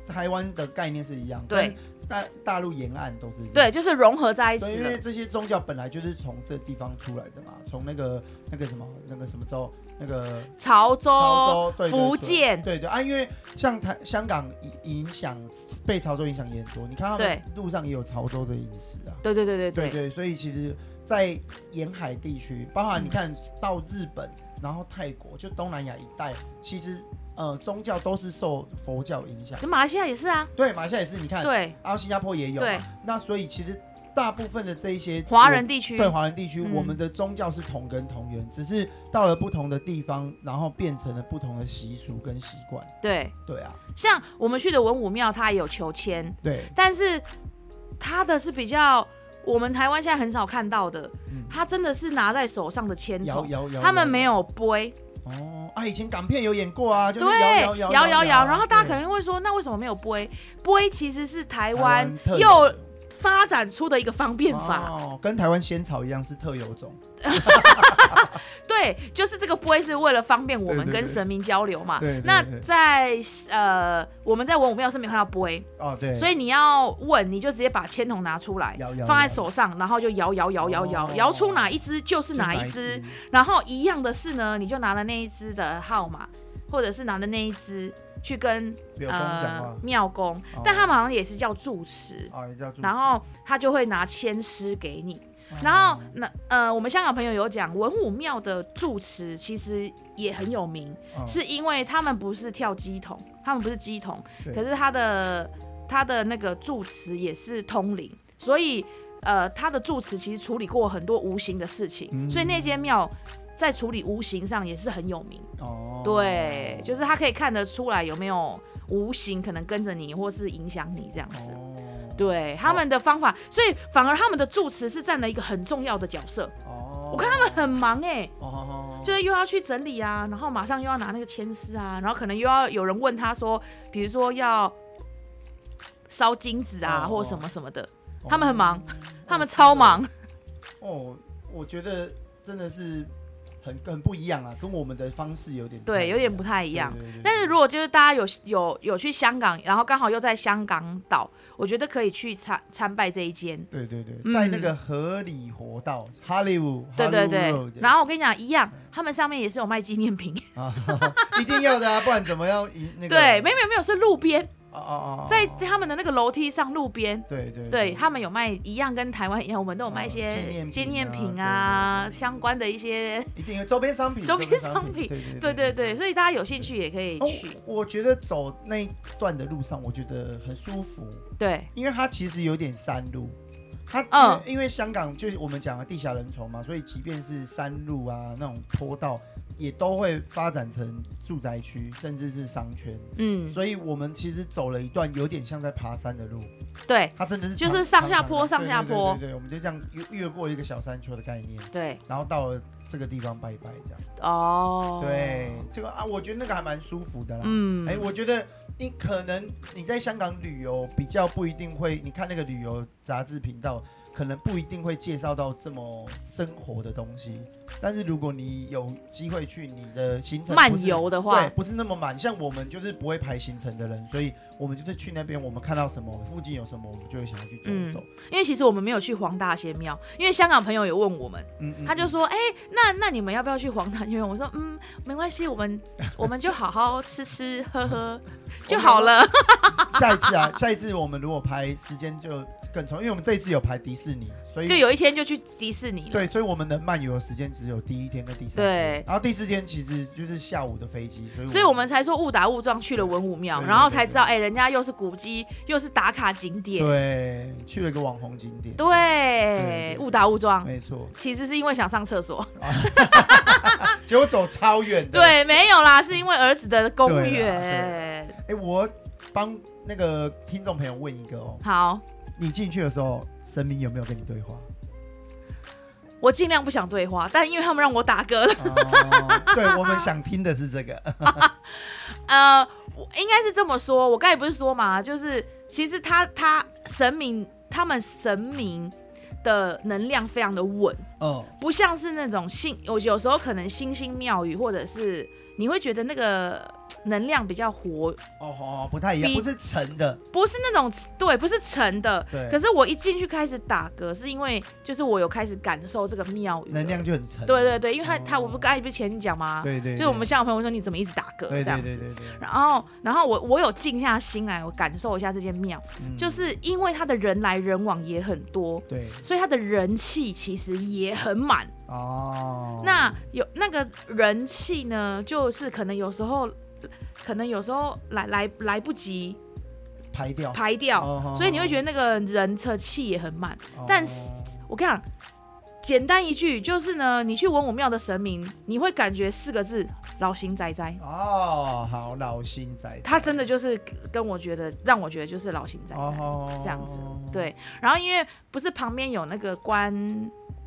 Speaker 1: 台湾的概念是一样，
Speaker 2: 对，
Speaker 1: 大大陆沿岸都是这样
Speaker 2: 对，就是融合在一
Speaker 1: 对，
Speaker 2: 起
Speaker 1: 因
Speaker 2: 了
Speaker 1: 为，这些宗教本来就是从这地方出来的嘛，从那个那个什么那个什么州，那个
Speaker 2: 潮州、
Speaker 1: 潮州、对对
Speaker 2: 哦福
Speaker 1: 对
Speaker 2: 建
Speaker 1: 对对啊，因为像台香港影影响被潮州影响也很多，你看他们
Speaker 2: 对
Speaker 1: 路上也有潮州的饮食啊，
Speaker 2: 对对对对
Speaker 1: 对对，
Speaker 2: 对，
Speaker 1: 所以其实，在沿海地区，包含
Speaker 2: 嗯
Speaker 1: 你看到日本，然后泰国，就东南亚一带，其实呃宗教都是受佛教影响，
Speaker 2: 那马来西亚也是啊，
Speaker 1: 对，马来西亚也是，你看，
Speaker 2: 对
Speaker 1: 然后新加坡也有嘛，啊
Speaker 2: 对
Speaker 1: 那所以其实大部分的这一些
Speaker 2: 华人地区
Speaker 1: 对华人地区，
Speaker 2: 嗯
Speaker 1: 我们的宗教是同根同源，只是到了不同的地方，然后变成了不同的习俗跟习惯。
Speaker 2: 对，
Speaker 1: 对啊，
Speaker 2: 像我们去的文武庙，它也有求签，
Speaker 1: 对，
Speaker 2: 但是他的是比较我们台湾现在很少看到的
Speaker 1: 嗯，
Speaker 2: 他真的是拿在手上的签
Speaker 1: 摇
Speaker 2: 筒，
Speaker 1: 摇摇，
Speaker 2: 他们
Speaker 1: 摇
Speaker 2: 没有杯，
Speaker 1: 哦啊，以前港片有演过啊，就是
Speaker 2: 对，
Speaker 1: 摇摇
Speaker 2: 摇
Speaker 1: 摇啊
Speaker 2: 摇，然后大家可
Speaker 1: 对
Speaker 2: 能会说，那为什么没有杯？杯其实是台
Speaker 1: 台
Speaker 2: 湾
Speaker 1: 特有
Speaker 2: 又
Speaker 1: 的
Speaker 2: 发展出的一个方便法。
Speaker 1: 哦，跟台湾仙草一样是特有种，
Speaker 2: 对，就是这个 boy 是为了方便我
Speaker 1: 对
Speaker 2: 们
Speaker 1: 对对
Speaker 2: 跟神明交流嘛。
Speaker 1: 对对对
Speaker 2: 那在呃，我们在文武庙是没有看到 boy，
Speaker 1: 哦对，
Speaker 2: 所以你要问，你就直接把签筒拿出来，
Speaker 1: 摇摇
Speaker 2: 放在
Speaker 1: 摇
Speaker 2: 手上，然后就摇摇摇摇摇，
Speaker 1: 哦
Speaker 2: 摇出哪一只就是
Speaker 1: 是
Speaker 2: 哪一只。？然后一样的是呢，你就拿了那一只的号码，或者是拿的那一只去跟
Speaker 1: 柳峰讲
Speaker 2: 呃
Speaker 1: 话，
Speaker 2: 庙公，
Speaker 1: 哦
Speaker 2: 但他们好像也是叫住持。
Speaker 1: 哦，也叫住持
Speaker 2: 然，后他就会拿签诗给你，
Speaker 1: 哦
Speaker 2: 然后那呃，我们香港朋友有讲文武庙的住持其实也很有名，
Speaker 1: 哦
Speaker 2: 是因为他们不是跳鸡童，他们不是鸡童，
Speaker 1: 对
Speaker 2: 可是他的他的那个住持也是通灵，所以呃，他的住持其实处理过很多无形的事情，
Speaker 1: 嗯
Speaker 2: 所以那间庙在处理无形上也是很有名。
Speaker 1: 哦，
Speaker 2: 对，就是他可以看得出来有没有无形可能跟着你，或是影响你这样子。
Speaker 1: 哦，
Speaker 2: 对他们的方法，所以反而他们的住持是占了一个很重要的角色。
Speaker 1: 哦，
Speaker 2: 我看他们很忙哎、
Speaker 1: 哦，
Speaker 2: 就是又要去整理啊，然后马上又要拿那个签丝啊，然后可能又要有人问他说，比如说要烧金子啊，
Speaker 1: 哦
Speaker 2: 或什么什么的，
Speaker 1: 哦
Speaker 2: 他们很忙，他们超忙。
Speaker 1: 哦，我觉得真的是很很不一样啊，跟我们的方式有点
Speaker 2: 对，有点不
Speaker 1: 太
Speaker 2: 太
Speaker 1: 一
Speaker 2: 一样。。
Speaker 1: 对对对
Speaker 2: 但是如果就是大家有有有去香港，然后刚好又在香港岛，我觉得可以去参参拜这一间。
Speaker 1: 对对对，
Speaker 2: 嗯
Speaker 1: 在那个河里活哦道 Hollywood，
Speaker 2: 对对对
Speaker 1: Hollywood，Road，
Speaker 2: 然后我跟你讲一样，他们上面也是有卖纪念品。
Speaker 1: [LAUGHS] 一定要的啊，不然怎么要赢那个？
Speaker 2: 对，没有没有没有，是路边，
Speaker 1: 哦哦哦，
Speaker 2: 在他们的那个楼梯上路边，
Speaker 1: 对对
Speaker 2: 对他们有卖一样跟台湾一样，我们都有卖一
Speaker 1: 哦纪
Speaker 2: 些
Speaker 1: 念品啊
Speaker 2: 纪念品啊
Speaker 1: 对对对
Speaker 2: 相关的一些，
Speaker 1: 一定有周边商品，
Speaker 2: 周边商
Speaker 1: 品，
Speaker 2: 品
Speaker 1: 对
Speaker 2: 对对对，所以大家有兴趣也可以
Speaker 1: 哦
Speaker 2: 去，，
Speaker 1: 我觉得走那一段的路上，我觉得很舒服，
Speaker 2: 对
Speaker 1: 因为它其实有点山路。它因
Speaker 2: 嗯
Speaker 1: 为因为香港就是我们讲的地狭人稠嘛，所以即便是山路啊那种坡道，也都会发展成住宅区，甚至是商圈。
Speaker 2: 嗯
Speaker 1: 所以我们其实走了一段有点像在爬山的路，
Speaker 2: 对
Speaker 1: 它真的是
Speaker 2: 就是
Speaker 1: 长
Speaker 2: 上下坡
Speaker 1: 长长的
Speaker 2: 上下坡
Speaker 1: 对对对对对，我们就这样越越过一个小山丘的概念，
Speaker 2: 对
Speaker 1: 然后到了这个地方拜一拜这样。
Speaker 2: 哦，
Speaker 1: 对，这个啊，我觉得那个还蛮舒服的啦。
Speaker 2: 嗯
Speaker 1: 哎、我觉得你可能你在香港旅游比较不一定会，你看那个旅游杂志频道，可能不一定会介绍到这么生活的东西。但是如果你有机会去，你的行程不
Speaker 2: 漫
Speaker 1: 是
Speaker 2: 游的
Speaker 1: 对
Speaker 2: 话，
Speaker 1: 不是那么满，像我们就是不会排行程的人，所以我们就是去那边，我们看到什么附近有什么，我们就会想要去走一走。
Speaker 2: 因为其实我们没有去黄大仙庙，因为香港朋友有问我们，
Speaker 1: 嗯，嗯
Speaker 2: 他就说，哎，那那你们要不要去黄大仙庙？我说，嗯，没关系，我们我们就好好吃吃
Speaker 1: [LAUGHS]
Speaker 2: 喝喝就好了。
Speaker 1: 下一次啊，下一次我们如果排时间就更长，因为我们这一次有排迪士尼，所以
Speaker 2: 就有一天就去迪士尼了。
Speaker 1: 对，所以我们的漫游的时间只有第一天跟第三天，
Speaker 2: 对，
Speaker 1: 然后第四天其实就是下午的飞机，所以
Speaker 2: 所以我们才说误打误撞去了文武庙，
Speaker 1: 对对
Speaker 2: 然后才知道，哎、人家又是古迹，又是打卡景点，
Speaker 1: 对去了一个网红景点，
Speaker 2: 对啊
Speaker 1: 对，
Speaker 2: 误打误撞，
Speaker 1: 没错，
Speaker 2: 其实是因为想上厕所，
Speaker 1: 结果走超远的。，
Speaker 2: 对，没有啦，是因为儿子的公
Speaker 1: 对
Speaker 2: 园。
Speaker 1: 哎，我帮那个听众朋友问一个哦，
Speaker 2: 好，
Speaker 1: 你进去的时候，神明有没有跟你对话？
Speaker 2: 我尽量不想对话，但因为他们让我打嗝了，
Speaker 1: 哦， [LAUGHS] 对，我们想听的是这个。 [LAUGHS]
Speaker 2: 呃，我应该是这么说，我刚才不是说嘛，就是其实他他神明，他们神明的能量非常的稳。
Speaker 1: 哦，
Speaker 2: 不像是那种信，有有时候可能星星庙宇，或者是你会觉得那个嘖能量比较活，
Speaker 1: 哦哦，不太一样，
Speaker 2: 比
Speaker 1: 不是沉的，
Speaker 2: 不是那种对，不是沉的。
Speaker 1: 对
Speaker 2: 可是我一进去开始打嗝，是因为就是我有开始感受这个庙宇了
Speaker 1: 能。量就很沉。
Speaker 2: 对对对，因为他、
Speaker 1: 哦
Speaker 2: 他我不刚才不是前你讲吗？
Speaker 1: 对对，
Speaker 2: 就是我们
Speaker 1: 对
Speaker 2: 像我朋友说你怎么一直打嗝这
Speaker 1: 对
Speaker 2: 样
Speaker 1: 对
Speaker 2: 子。
Speaker 1: 对对对，
Speaker 2: 然后，然后我我有静下心来，我感受一下这间庙，
Speaker 1: 嗯
Speaker 2: 就是因为它的人来人往也很多，
Speaker 1: 对
Speaker 2: 所以它的人气其实也很满。
Speaker 1: 哦，
Speaker 2: 那有那个人气呢，就是可能有时候，可能有时候来来来不及
Speaker 1: 排掉，
Speaker 2: 排掉，
Speaker 1: 哦哦
Speaker 2: 所以你会觉得那个人的气也很满。
Speaker 1: 哦
Speaker 2: 但是我跟你讲，简单一句就是呢，你去文武庙的神明，你会感觉四个字：老行仔仔。
Speaker 1: 哦，好老心仔，
Speaker 2: 他真的就是跟我觉得，让我觉得就是老行仔仔。
Speaker 1: 哦
Speaker 2: 这样子，对，然后因为不是旁边有那个关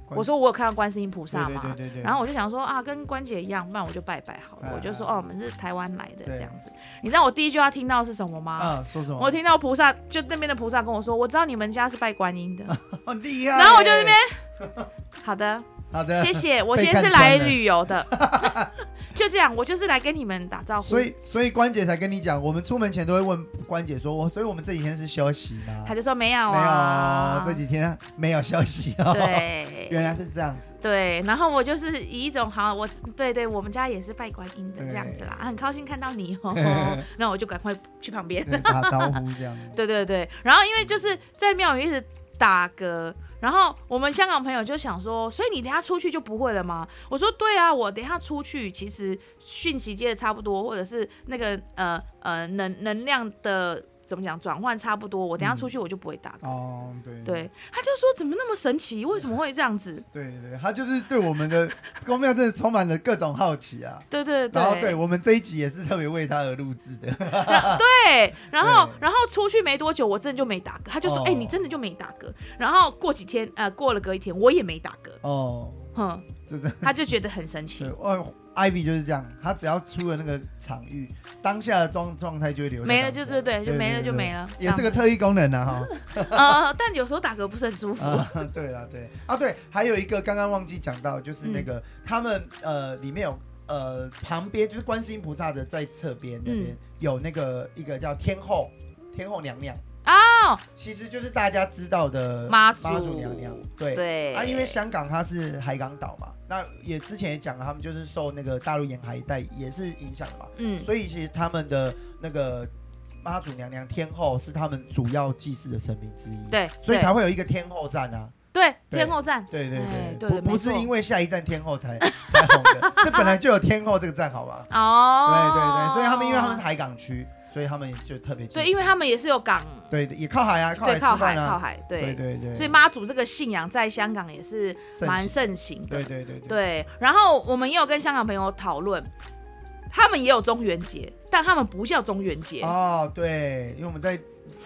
Speaker 1: 观
Speaker 2: 我说我有看到观世音菩萨
Speaker 1: 对
Speaker 2: 嘛，
Speaker 1: 对对对对
Speaker 2: 然后我就想说啊，跟关姐一样，不然我就拜拜好了。
Speaker 1: 啊
Speaker 2: 我就说
Speaker 1: 啊
Speaker 2: 哦，我们是台湾来的
Speaker 1: 对
Speaker 2: 这样子。你知道我第一句话听到的是什么吗？
Speaker 1: 啊，说什么？
Speaker 2: 我听到菩萨就那边的菩萨跟我说，我知道你们家是拜观音的。
Speaker 1: 很厉害耶。
Speaker 2: 然后我就那边，
Speaker 1: [LAUGHS]
Speaker 2: 好的，
Speaker 1: 好的，
Speaker 2: 谢谢，我
Speaker 1: 被
Speaker 2: 今天
Speaker 1: 看
Speaker 2: 是
Speaker 1: 穿
Speaker 2: 来
Speaker 1: 了
Speaker 2: 旅游的，
Speaker 1: [LAUGHS]
Speaker 2: 就这样，我就是来跟你们打招呼。
Speaker 1: 所以，所以关姐才跟你讲，我们出门前都会问关姐说，我，所以我们这几天是休息吗？
Speaker 2: 他就说没有
Speaker 1: 没有哦
Speaker 2: 啊，，
Speaker 1: 这几天没有休息哦。，
Speaker 2: 对
Speaker 1: [LAUGHS] 原来是这样子。
Speaker 2: 对，然后我就是以一种好，我对对，我们家也是拜观音的
Speaker 1: 对
Speaker 2: 这样子啦，啊很高兴看到你 [LAUGHS] 哦，那我就赶快去旁边。 [LAUGHS]
Speaker 1: 对，打招呼这样。
Speaker 2: 对对对，然后因为就是在庙宇一直打嗝，然后我们香港朋友就想说，所以你等一下出去就不会了吗？我说对啊，我等一下出去，其实讯息接的差不多，或者是那个呃呃能能量的怎么讲转换差不多，我等一下出去我就不会打嗝。
Speaker 1: 哦，对
Speaker 2: 对，他就说怎么那么神奇，为什么会这样子？
Speaker 1: 对对对，他就是对我们的公庙真的充满了各种好奇啊。
Speaker 2: 对对对，
Speaker 1: 然后，对我们这一集也是特别为他而录制的。
Speaker 2: 对，然后
Speaker 1: 对
Speaker 2: 然后出去没多久，我真的就没打嗝。他就说：“
Speaker 1: 哦
Speaker 2: 哎、你真的就没打嗝。”然后过几天，呃，过了隔一天，我也没打嗝。
Speaker 1: 哦，
Speaker 2: 哼，
Speaker 1: 就是
Speaker 2: 他就觉得很神奇
Speaker 1: 对，。哦，Ivy 就是这样，他只要出了那个场域，当下的状状态就会留在
Speaker 2: 没了
Speaker 1: 当下
Speaker 2: 就对对就没了就没了
Speaker 1: 也是
Speaker 2: 这
Speaker 1: 个
Speaker 2: 样
Speaker 1: 特异功能啊哈。
Speaker 2: 呃，但有时候打嗝不是很舒服。
Speaker 1: 啊， [LAUGHS] 对啦，对啊，对，还有一个刚刚忘记讲到，就是那
Speaker 2: 嗯
Speaker 1: 个、他们呃里面有呃旁边就是观世音菩萨的在侧边那边、
Speaker 2: 嗯
Speaker 1: 有那个一个叫天后天后娘娘
Speaker 2: 哦，
Speaker 1: 其实就是大家知道的
Speaker 2: 妈祖
Speaker 1: 祖娘娘，对。
Speaker 2: 对，
Speaker 1: 啊，因为香港它是海港岛嘛，那也之前也讲了，他们就是受那个大陆沿海一带也是影响的嘛，
Speaker 2: 嗯，
Speaker 1: 所以其实他们的那个妈祖娘娘天后是他们主要祭祀的神明之一，，
Speaker 2: 对，
Speaker 1: 所以
Speaker 2: 对
Speaker 1: 才会有一个天后站啊，
Speaker 2: 对
Speaker 1: 对
Speaker 2: 天后站，
Speaker 1: 对对
Speaker 2: 哎
Speaker 1: 对，
Speaker 2: 对
Speaker 1: 不不
Speaker 2: 没
Speaker 1: 是
Speaker 2: 错
Speaker 1: 因为下一站天后
Speaker 2: [LAUGHS]
Speaker 1: 才才红的，是本来就有天后这个站，好吧？对
Speaker 2: 哦，
Speaker 1: 对对，所以他们因为他们是海港区，所以他们就特别
Speaker 2: 对，因为他们也是有港，
Speaker 1: 对也靠海啊，靠海
Speaker 2: 对，
Speaker 1: 吃
Speaker 2: 靠海
Speaker 1: 饭
Speaker 2: 靠
Speaker 1: 啊，
Speaker 2: 海，
Speaker 1: 对
Speaker 2: 对，
Speaker 1: 对对，
Speaker 2: 所以妈祖这个信仰在香港也是
Speaker 1: 盛
Speaker 2: 蛮
Speaker 1: 行
Speaker 2: 盛行的
Speaker 1: 对。对对对，
Speaker 2: 对，然后我们也有跟香港朋友讨论，他们也有中元节，但他们不叫中元节。
Speaker 1: 哦对，因为我们在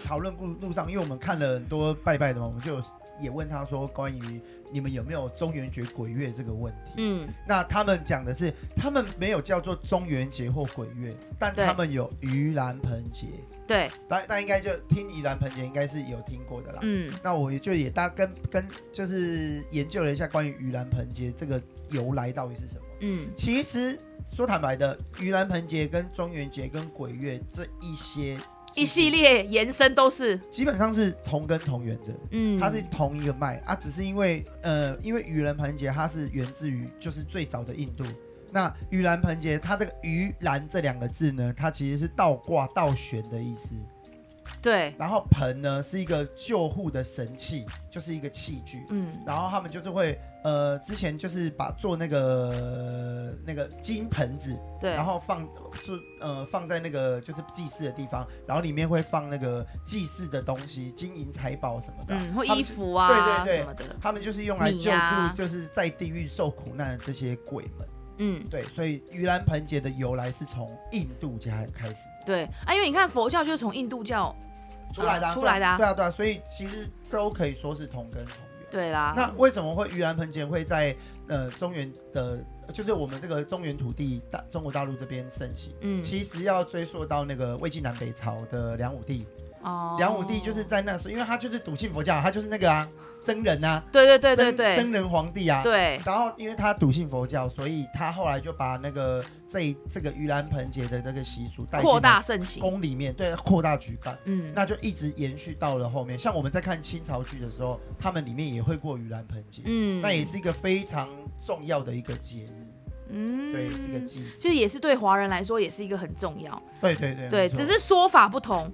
Speaker 1: 讨论路路上，因为我们看了很多拜拜的嘛，我们就有也问他说关于你们有没有中元节鬼月这个问题，
Speaker 2: 嗯，
Speaker 1: 那他们讲的是他们没有叫做中元节或鬼月，但
Speaker 2: 对
Speaker 1: 他们有盂兰盆节。
Speaker 2: 对，
Speaker 1: 但但应该就听宜兰盆节应该是有听过的啦。
Speaker 2: 嗯，
Speaker 1: 那我也就也大跟跟就是研究了一下关于盂兰盆节这个由来到底是什么。
Speaker 2: 嗯，
Speaker 1: 其实说坦白的，盂兰盆节跟中元节跟鬼月这一些
Speaker 2: 一系列延伸都是，
Speaker 1: 基本上是同根同源的，
Speaker 2: 嗯，
Speaker 1: 它是同一个脉啊，只是因为呃，因为盂兰盆节它是源自于就是最早的印度。那盂兰盆节，它这个“盂兰”这两个字呢，它其实是倒挂、倒悬的意思。
Speaker 2: 对，
Speaker 1: 然后盆呢是一个救护的神器，就是一个器具。
Speaker 2: 嗯，
Speaker 1: 然后他们就是会，呃，之前就是把做那个呃那个金盆子，
Speaker 2: 对
Speaker 1: 然，后放就呃放在那个就是祭祀的地方，然后里面会放那个祭祀的东西，金银财宝什么的啊。
Speaker 2: 嗯，或
Speaker 1: 他
Speaker 2: 衣
Speaker 1: 们
Speaker 2: 服啊
Speaker 1: 对对对
Speaker 2: 什么的，
Speaker 1: 他们就是用来
Speaker 2: 米
Speaker 1: 救
Speaker 2: 呀
Speaker 1: 助就是在地狱受苦难的这些鬼们。
Speaker 2: 嗯，
Speaker 1: 对，所以盂兰盆节的由来是从印度家开始的。
Speaker 2: 对，啊，因为你看佛教就是从印度教，
Speaker 1: 出来的、啊
Speaker 2: 啊出来的啊
Speaker 1: 对啊对啊，所以其实都可以说是同根同源。
Speaker 2: 对啦，
Speaker 1: 那为什么会盂兰盆节会在呃中原的，就是我们这个中原土地大中国大陆这边盛行？
Speaker 2: 嗯，
Speaker 1: 其实要追溯到那个魏晋南北朝的梁武帝，
Speaker 2: 哦
Speaker 1: 梁武帝就是，在那时候，因为他就是笃信佛教，他就是那个啊僧人啊，
Speaker 2: 对对对
Speaker 1: 僧
Speaker 2: 对
Speaker 1: 僧
Speaker 2: 对，
Speaker 1: 人皇帝啊。
Speaker 2: 对，
Speaker 1: 然后，因为他笃信佛教，所以他后来就把那个这一这个盂兰盆节的这个习俗带进了
Speaker 2: 扩大盛行，
Speaker 1: 宫里面，对，扩大举办。
Speaker 2: 嗯，
Speaker 1: 那就一直延续到了后面。像我们在看清朝剧的时候，他们里面也会过盂兰盆节，
Speaker 2: 嗯，
Speaker 1: 那也，是一个非常重要的一个节日，
Speaker 2: 嗯，
Speaker 1: 对，也是一个祭祀。
Speaker 2: 就也是对华人来说也是一个很重要，
Speaker 1: 对对对，
Speaker 2: 对，
Speaker 1: 没错
Speaker 2: 只是说法不同，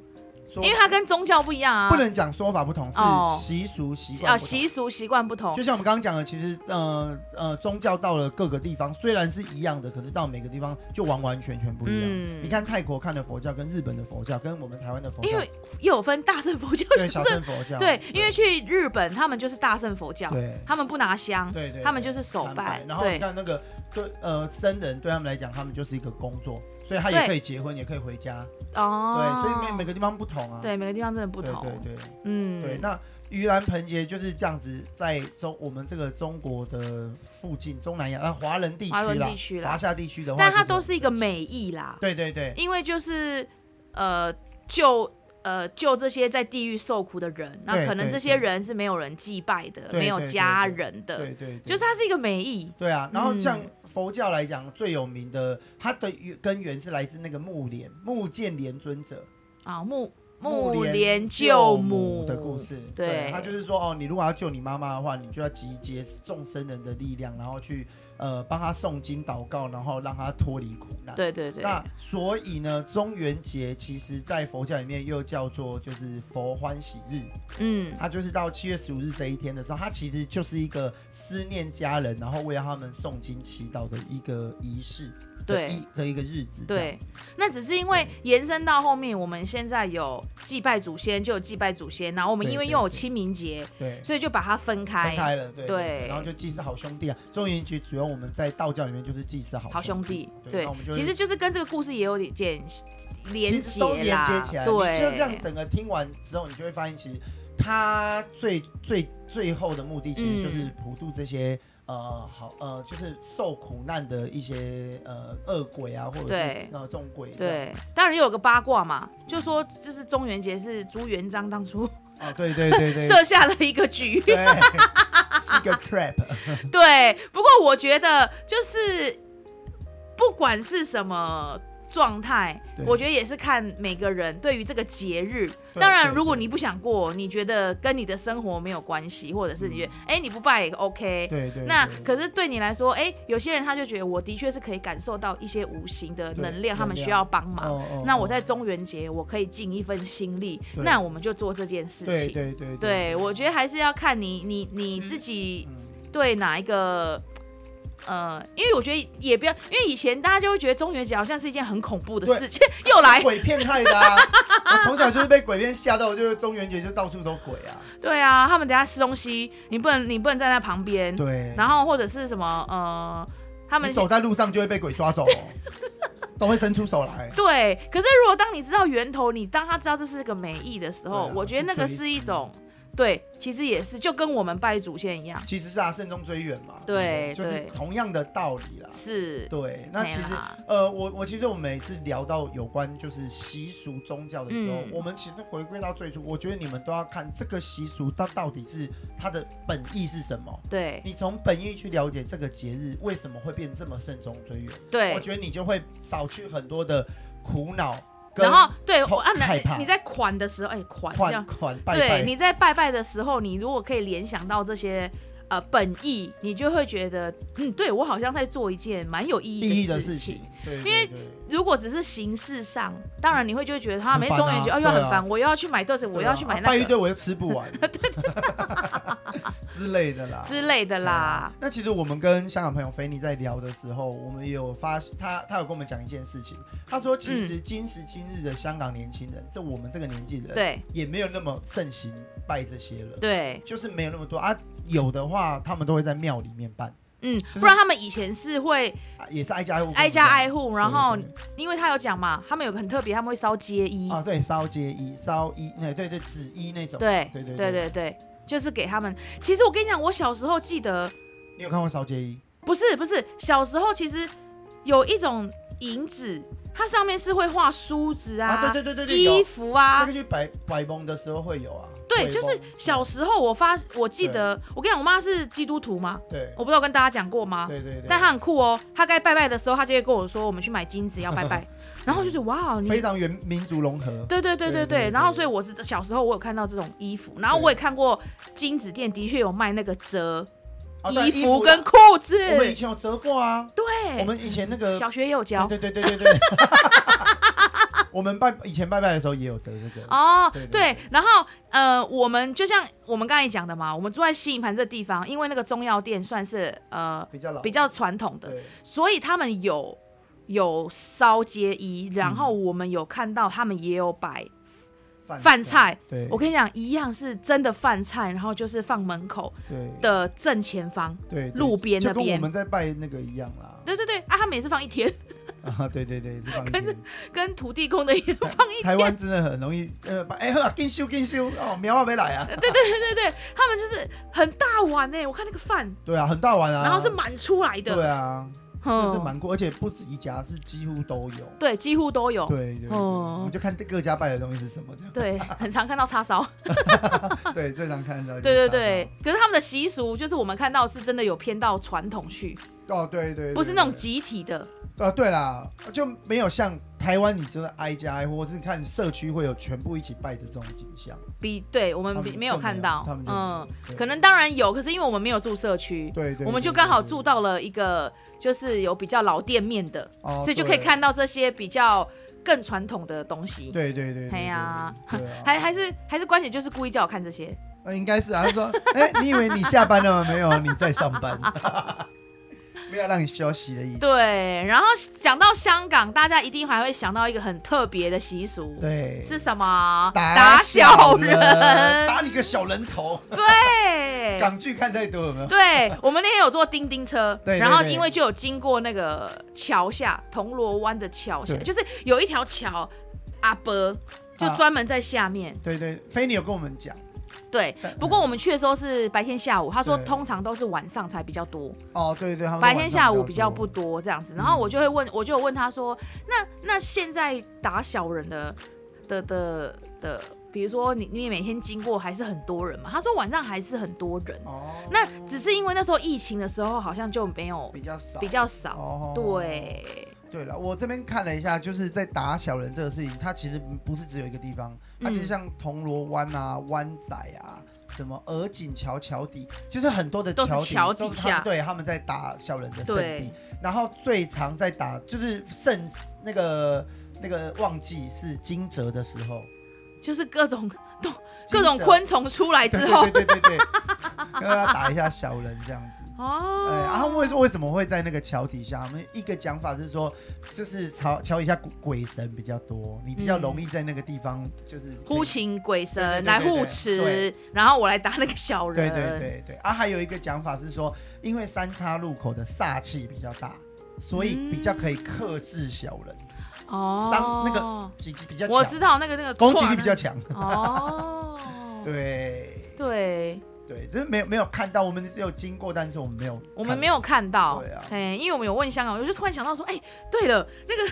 Speaker 1: 说
Speaker 2: 因为它跟宗教不一样啊，
Speaker 1: 不能讲说法不同，是
Speaker 2: 哦
Speaker 1: 习俗习惯
Speaker 2: 啊
Speaker 1: 不同
Speaker 2: 习俗习惯不同
Speaker 1: 就，像我们刚刚讲的，其实呃呃，宗教到了各个地方虽然是一样的，可是到每个地方就完完全全不一样。
Speaker 2: 嗯
Speaker 1: 你看泰国看的佛教，跟日本的佛教，跟我们台湾的佛教，
Speaker 2: 因为又有分大乘佛教、
Speaker 1: 对小乘佛教，
Speaker 2: 对，因为去日本他们就是大乘佛教，
Speaker 1: 对
Speaker 2: 他们不拿香，
Speaker 1: 对对，
Speaker 2: 他们就是手
Speaker 1: 三
Speaker 2: 拜
Speaker 1: 然后
Speaker 2: 对
Speaker 1: 你看那个对呃僧人对他们来讲，他们就是一个工作，所以他也
Speaker 2: 对
Speaker 1: 可以结婚，也可以回家。
Speaker 2: 哦，
Speaker 1: 对，所以每每个地方不同啊。
Speaker 2: 对每个地方真的不
Speaker 1: 对
Speaker 2: 同，
Speaker 1: 对对
Speaker 2: 嗯，
Speaker 1: 对，那盂兰盆节就是这样子，在中我们这个中国的附近，中南亚呃华人地区
Speaker 2: 华人
Speaker 1: 啦
Speaker 2: 地，区
Speaker 1: 华
Speaker 2: 啦，
Speaker 1: 夏地区的话，
Speaker 2: 但它
Speaker 1: 就是
Speaker 2: 都是一个美意啦，
Speaker 1: 对对对
Speaker 2: 因为就是呃救呃救这些在地狱受苦的人，那
Speaker 1: 对
Speaker 2: 可能
Speaker 1: 这
Speaker 2: 这
Speaker 1: 对
Speaker 2: 些人是没有人祭拜的，
Speaker 1: 对
Speaker 2: 没有
Speaker 1: 对对
Speaker 2: 家
Speaker 1: 对
Speaker 2: 人的，
Speaker 1: 对对，
Speaker 2: 就是
Speaker 1: 是
Speaker 2: 它是一个美意，
Speaker 1: 对啊。然后
Speaker 2: 嗯
Speaker 1: 像佛教来讲，最有名的它的源根源是来自那个木莲木见莲尊者
Speaker 2: 啊，木
Speaker 1: 木
Speaker 2: 莲
Speaker 1: 救
Speaker 2: 救母
Speaker 1: 的故。事。
Speaker 2: 对
Speaker 1: 他就是说哦，你如果要救你妈妈的话，你就要集结众生人的力量，然后去呃帮他诵经祷告，然后让他脱离苦难。
Speaker 2: 对对对，
Speaker 1: 啊那所以呢，中元节其实在佛教里面又叫做就是佛欢喜日，
Speaker 2: 嗯，
Speaker 1: 它就是到七月十五日这一天的时候，它其实就是一个思念家人，然后为他们诵经祈祷的一个仪式的
Speaker 2: 对
Speaker 1: 一的一个日子。
Speaker 2: 对，那只是因为延伸到后面，我们现在有祭拜祖先，就有祭拜祖先，然后我们
Speaker 1: 对
Speaker 2: 因为
Speaker 1: 对
Speaker 2: 又有
Speaker 1: 对
Speaker 2: 清明节，
Speaker 1: 对。
Speaker 2: 所以就把它分开。
Speaker 1: 分开了，对
Speaker 2: 对
Speaker 1: 然后就祭祀好兄弟啊。中元节主要我们在道教里面就是祭祀好
Speaker 2: 好兄
Speaker 1: 弟
Speaker 2: 弟，，
Speaker 1: 那
Speaker 2: 对
Speaker 1: 我们，就
Speaker 2: 其实就是跟这个故事也有点点连
Speaker 1: 其
Speaker 2: 结
Speaker 1: 实都连
Speaker 2: 啦，
Speaker 1: 接起来，
Speaker 2: 对，
Speaker 1: 你就这样整个听完之后，你就会发现，其实他最最最后的目的，其实就是普渡这些、呃好呃，就是受苦难的一些呃恶鬼啊，或者是
Speaker 2: 对
Speaker 1: 呃这种鬼这样，
Speaker 2: 对，当然也有个八卦嘛，就说就是中元节是朱元璋当初
Speaker 1: 哦对对对对，
Speaker 2: 设下了一个局，
Speaker 1: 对 [LAUGHS] 是一个 trap，
Speaker 2: 对。不过我觉得就是不管是什么状态
Speaker 1: 对，
Speaker 2: 我觉得也是看每个人对于这个节日。
Speaker 1: 对
Speaker 2: 当然，
Speaker 1: 对
Speaker 2: 如果
Speaker 1: 对
Speaker 2: 你不想过，你觉得跟你的生活没有关系，或者是你觉得哎、你不拜也 OK，
Speaker 1: 嗯对对对
Speaker 2: 那
Speaker 1: 对
Speaker 2: 可是对你来说，哎、有些人他就觉得我的确是可以感受到一些无形的
Speaker 1: 对
Speaker 2: 能量，他们
Speaker 1: 能
Speaker 2: 需
Speaker 1: 量
Speaker 2: 要帮忙。
Speaker 1: 哦哦
Speaker 2: 那我
Speaker 1: 哦
Speaker 2: 在中元节我可以尽一份心力，
Speaker 1: 对
Speaker 2: 那我们就做这件事情。
Speaker 1: 对对对
Speaker 2: 对我觉得还是要看你你你自己
Speaker 1: 嗯
Speaker 2: 对哪一个。呃，因为我觉得也不要，因为以前大家就会觉得中元节好像是一件很恐怖的
Speaker 1: 对
Speaker 2: 事情， [LAUGHS] 又来，
Speaker 1: 鬼片害的啊！ [LAUGHS] 我从小就是被鬼片吓到，我就是中元节就到处都鬼啊。
Speaker 2: 对啊，他们等下吃东西，你不能你不能站在旁边，
Speaker 1: 对，
Speaker 2: [LAUGHS] 然后或者是什么呃，他们
Speaker 1: 你走在路上就会被鬼抓走、哦，都会伸出手来。
Speaker 2: 对，可是如果当你知道源头，你当他知道这是个美意的时候，
Speaker 1: 对啊
Speaker 2: 我觉得那个是一种，对，其实也是就跟我们拜祖先一样，
Speaker 1: 其实是啊，慎终追远嘛，
Speaker 2: 对
Speaker 1: 不就是
Speaker 2: 对
Speaker 1: 同样的道理啦。
Speaker 2: 是，
Speaker 1: 对，那
Speaker 2: 嘿
Speaker 1: 其实
Speaker 2: 啦
Speaker 1: 呃，我我其实我们每次聊到有关就是习俗宗教的时候，
Speaker 2: 嗯
Speaker 1: 我们其实回归到最初，我觉得你们都要看这个习俗它到底是它的本意是什么。
Speaker 2: 对
Speaker 1: 你从本意去了解这个节日为什么会变这么慎终追远，我
Speaker 2: 对，
Speaker 1: 觉得你就会少去很多的苦恼跟
Speaker 2: 然后对
Speaker 1: 痛
Speaker 2: 我啊，
Speaker 1: 害怕
Speaker 2: 那你在款的时候，哎、款这
Speaker 1: 款
Speaker 2: 样，
Speaker 1: 款拜
Speaker 2: 对，
Speaker 1: 拜。
Speaker 2: 你在拜拜的时候，你如果可以联想到这些。呃，本意你就会觉得，嗯，对我好像在做一件蛮有意
Speaker 1: 意义
Speaker 2: 义
Speaker 1: 的
Speaker 2: 事
Speaker 1: 事情，对，
Speaker 2: 因为
Speaker 1: 对对
Speaker 2: 如果只是形式上，当然你会就会觉得他
Speaker 1: 很
Speaker 2: 每
Speaker 1: 烦
Speaker 2: 中元
Speaker 1: 啊
Speaker 2: 节哦又
Speaker 1: 对
Speaker 2: 很
Speaker 1: 啊
Speaker 2: 烦，我又要去买豆子，我
Speaker 1: 对
Speaker 2: 又要
Speaker 1: 啊
Speaker 2: 去买
Speaker 1: 啊
Speaker 2: 那
Speaker 1: 拜一堆
Speaker 2: 个
Speaker 1: 我又吃不
Speaker 2: [LAUGHS]
Speaker 1: 完，之类的啦。嗯
Speaker 2: 之类的啦。
Speaker 1: 那其实我们跟香港朋友菲尼在聊的时候，我们也有发他他有跟我们讲一件事情，他说其
Speaker 2: 嗯
Speaker 1: 实今时今日的香港年轻人，这我们这个年纪人，，
Speaker 2: 对
Speaker 1: 也没有那么盛行拜这些了，
Speaker 2: 对，
Speaker 1: 就是没有那么多啊。有的话，他们都会在庙里面办，
Speaker 2: 嗯
Speaker 1: 是，
Speaker 2: 不然他们以前是会
Speaker 1: 啊也是挨家挨户，
Speaker 2: 挨家挨户，
Speaker 1: 对，
Speaker 2: 然后
Speaker 1: 对
Speaker 2: 因为他有讲嘛，他们有个很特别，他们会烧街衣，
Speaker 1: 啊，对，烧街衣、烧衣，那对对纸衣那种，，
Speaker 2: 对
Speaker 1: 对对
Speaker 2: 对对对，就是给他们。其实我跟你讲，我小时候记得，
Speaker 1: 你有看过烧街衣？
Speaker 2: 不是不是，小时候其实有一种银纸，它上面是会画梳子
Speaker 1: 啊，
Speaker 2: 啊
Speaker 1: 对对对对对，
Speaker 2: 衣
Speaker 1: 有。
Speaker 2: 服
Speaker 1: 那
Speaker 2: 啊
Speaker 1: 个。去摆摆蒙的时候会有啊，
Speaker 2: 对，
Speaker 1: 摆
Speaker 2: 就是
Speaker 1: 蒙
Speaker 2: 小时候我发，我记得我跟你讲，我妈是基督徒嘛，
Speaker 1: 对
Speaker 2: 我不知道跟大家讲过吗？
Speaker 1: 对对对，
Speaker 2: 啊但她很酷哦，她该拜拜的时候，她就会跟我说，我们去买金子要
Speaker 1: [LAUGHS]
Speaker 2: 拜拜，然后我就觉得哇，你
Speaker 1: 非常原民族融合，
Speaker 2: 对对
Speaker 1: 对
Speaker 2: 对对
Speaker 1: 对
Speaker 2: 对，
Speaker 1: 对
Speaker 2: 然后所以我是小时候我有看到这种衣服，然后我也看过金子店的确有卖那个折
Speaker 1: 哦对
Speaker 2: 衣服跟
Speaker 1: 的
Speaker 2: 裤子，
Speaker 1: 我们以前有折过啊，我
Speaker 2: 对，
Speaker 1: 们呃以前那个
Speaker 2: 小学也有教
Speaker 1: 对对对对对
Speaker 2: [LAUGHS]
Speaker 1: 对，我们拜以前拜拜的时候也有折这个，
Speaker 2: 哦
Speaker 1: 对对，
Speaker 2: 对，然后呃，我们就像我们刚才讲的嘛，我们住在西营盘这地方，因为那个中药店算是呃
Speaker 1: 比较老
Speaker 2: 比较传统的，
Speaker 1: 对
Speaker 2: 所以他们有有烧街衣，然后我们有看到他们也有摆饭，菜。
Speaker 1: 对
Speaker 2: 我跟你讲，一样是真的饭菜，然后就是放门口
Speaker 1: 对
Speaker 2: 的正前方，
Speaker 1: 对对
Speaker 2: 路边那
Speaker 1: 就跟我
Speaker 2: 边
Speaker 1: 们在拜那个一样啦，
Speaker 2: 对对对，啊，他们也是放一天，
Speaker 1: [LAUGHS] 啊，对对对，就放一天。
Speaker 2: 跟土地公的一样放一
Speaker 1: 台湾真的很容易，呃，把哎呵，进修进修哦，苗啊没来
Speaker 2: [LAUGHS]
Speaker 1: 啊，
Speaker 2: 对对，他们就是很大碗呢、我看那个饭，
Speaker 1: 对啊，很大碗啊，
Speaker 2: 然后是满出来的，
Speaker 1: 对啊，
Speaker 2: 嗯
Speaker 1: 真的蛮过，而且不止一家，是几乎都有，
Speaker 2: 对，几乎都有，
Speaker 1: 对对对，
Speaker 2: 哦
Speaker 1: 我们就看各家拜的东西是什么 [LAUGHS] 这样，
Speaker 2: 对，很常看到叉烧， [LAUGHS]
Speaker 1: 对，最常看到，
Speaker 2: 对对对，。可是他们的习俗就是我们看到是真的有偏到传统去，
Speaker 1: 哦对对，对
Speaker 2: 不是那种
Speaker 1: 对
Speaker 2: 集体的，
Speaker 1: 哦对啦，就没有像台湾你真的挨家挨户，或是看社区会有全部一起拜的这种景象，
Speaker 2: 比对我
Speaker 1: 他
Speaker 2: 们
Speaker 1: 们
Speaker 2: 比
Speaker 1: 就
Speaker 2: 嗯没有看到
Speaker 1: 他们，就没
Speaker 2: 嗯
Speaker 1: 有，对
Speaker 2: 可能当然有，可是因为我们没有住社区，
Speaker 1: 对对，
Speaker 2: 我们
Speaker 1: 对
Speaker 2: 就刚好住，到了一个就是有比较老店面的，
Speaker 1: 对对哦
Speaker 2: 所以就可以
Speaker 1: 对
Speaker 2: 看到这些比较更传统的东西。
Speaker 1: 对对对，
Speaker 2: 嘿呀
Speaker 1: 对，对对啊
Speaker 2: 还还是还是关姐就是故意叫我看这些，
Speaker 1: 呃，应该是啊。他说：“哎、你以为你下班了吗？没有，你在上班， [LAUGHS] 没有让你休息的意思。
Speaker 2: 对。然后讲到香港，大家一定还会想到一个很特别的习俗”，
Speaker 1: 对，
Speaker 2: 是什么？
Speaker 1: 小
Speaker 2: 小人。
Speaker 1: 打你个小人头。
Speaker 2: 对
Speaker 1: 港剧看太多了有没有？
Speaker 2: 对，我们那天有坐叮叮车，
Speaker 1: 对对
Speaker 2: 然后
Speaker 1: 对
Speaker 2: 因为就有经过那个桥下，铜锣湾的桥下，
Speaker 1: 对啊
Speaker 2: 就是有一条桥，阿伯就专门在下面。
Speaker 1: 对对，菲尼有跟我们讲
Speaker 2: 对
Speaker 1: 但，
Speaker 2: 不过我们去的时候是白天下午，他说
Speaker 1: 对
Speaker 2: 通常都是晚上才比较多，
Speaker 1: 哦，对对，他们
Speaker 2: 白天下午比较
Speaker 1: 晚上
Speaker 2: 不
Speaker 1: 多
Speaker 2: 多这样子。然后我就会问，我就有问他说，那那现在打小人的的的的，比如说你你每天经过还是很多人嘛？他说晚上还是很多人，
Speaker 1: 哦，
Speaker 2: 那只是因为那时候疫情的时候好像就没有
Speaker 1: 比较少，
Speaker 2: 比较少，
Speaker 1: 哦，
Speaker 2: 对
Speaker 1: 对了，我这边看了一下，就是在打小人这个事情，它其实不是只有一个地方，它其实像铜锣湾啊、湾仔啊、什么鹅颈桥桥底，就是很多的
Speaker 2: 都
Speaker 1: 桥
Speaker 2: 是
Speaker 1: 底
Speaker 2: 桥底
Speaker 1: 都是他们
Speaker 2: 下
Speaker 1: 对他们在打小人的圣
Speaker 2: 对
Speaker 1: 地。然后最常在打就是圣那个那个旺季是惊蛰的时候，
Speaker 2: 就是各种
Speaker 1: 惊
Speaker 2: 各种
Speaker 1: 蛰
Speaker 2: 昆虫出来之
Speaker 1: 对
Speaker 2: 后
Speaker 1: 对，对对对对，跟他打一下小人这样子。
Speaker 2: 哦，
Speaker 1: 哎，然后为为什么会在那个桥底下？我们一个讲法是说，就是桥桥底下鬼鬼神比较多，你比较容易在那个地方就是
Speaker 2: 呼。请鬼神
Speaker 1: 对对对
Speaker 2: 来
Speaker 1: 对
Speaker 2: 护
Speaker 1: 对
Speaker 2: 持，然后我来打那个小
Speaker 1: 对
Speaker 2: 人。
Speaker 1: 对对对啊，还有一个讲法是说，因为三叉路口的煞气比较大，所以比较可以克制小人，
Speaker 2: 哦，
Speaker 1: 伤那个几击比较
Speaker 2: 我
Speaker 1: 强，
Speaker 2: 知道那个那个
Speaker 1: 攻击力
Speaker 2: 串
Speaker 1: 比较强。，
Speaker 2: 哦
Speaker 1: 对
Speaker 2: 对，
Speaker 1: 对，就是没有没有看到，我们只有经过，但是我们没有看到，
Speaker 2: 我们没有看到
Speaker 1: 对啊，
Speaker 2: 哎，因为我们有问香港，我就突然想到说，哎，对了，那个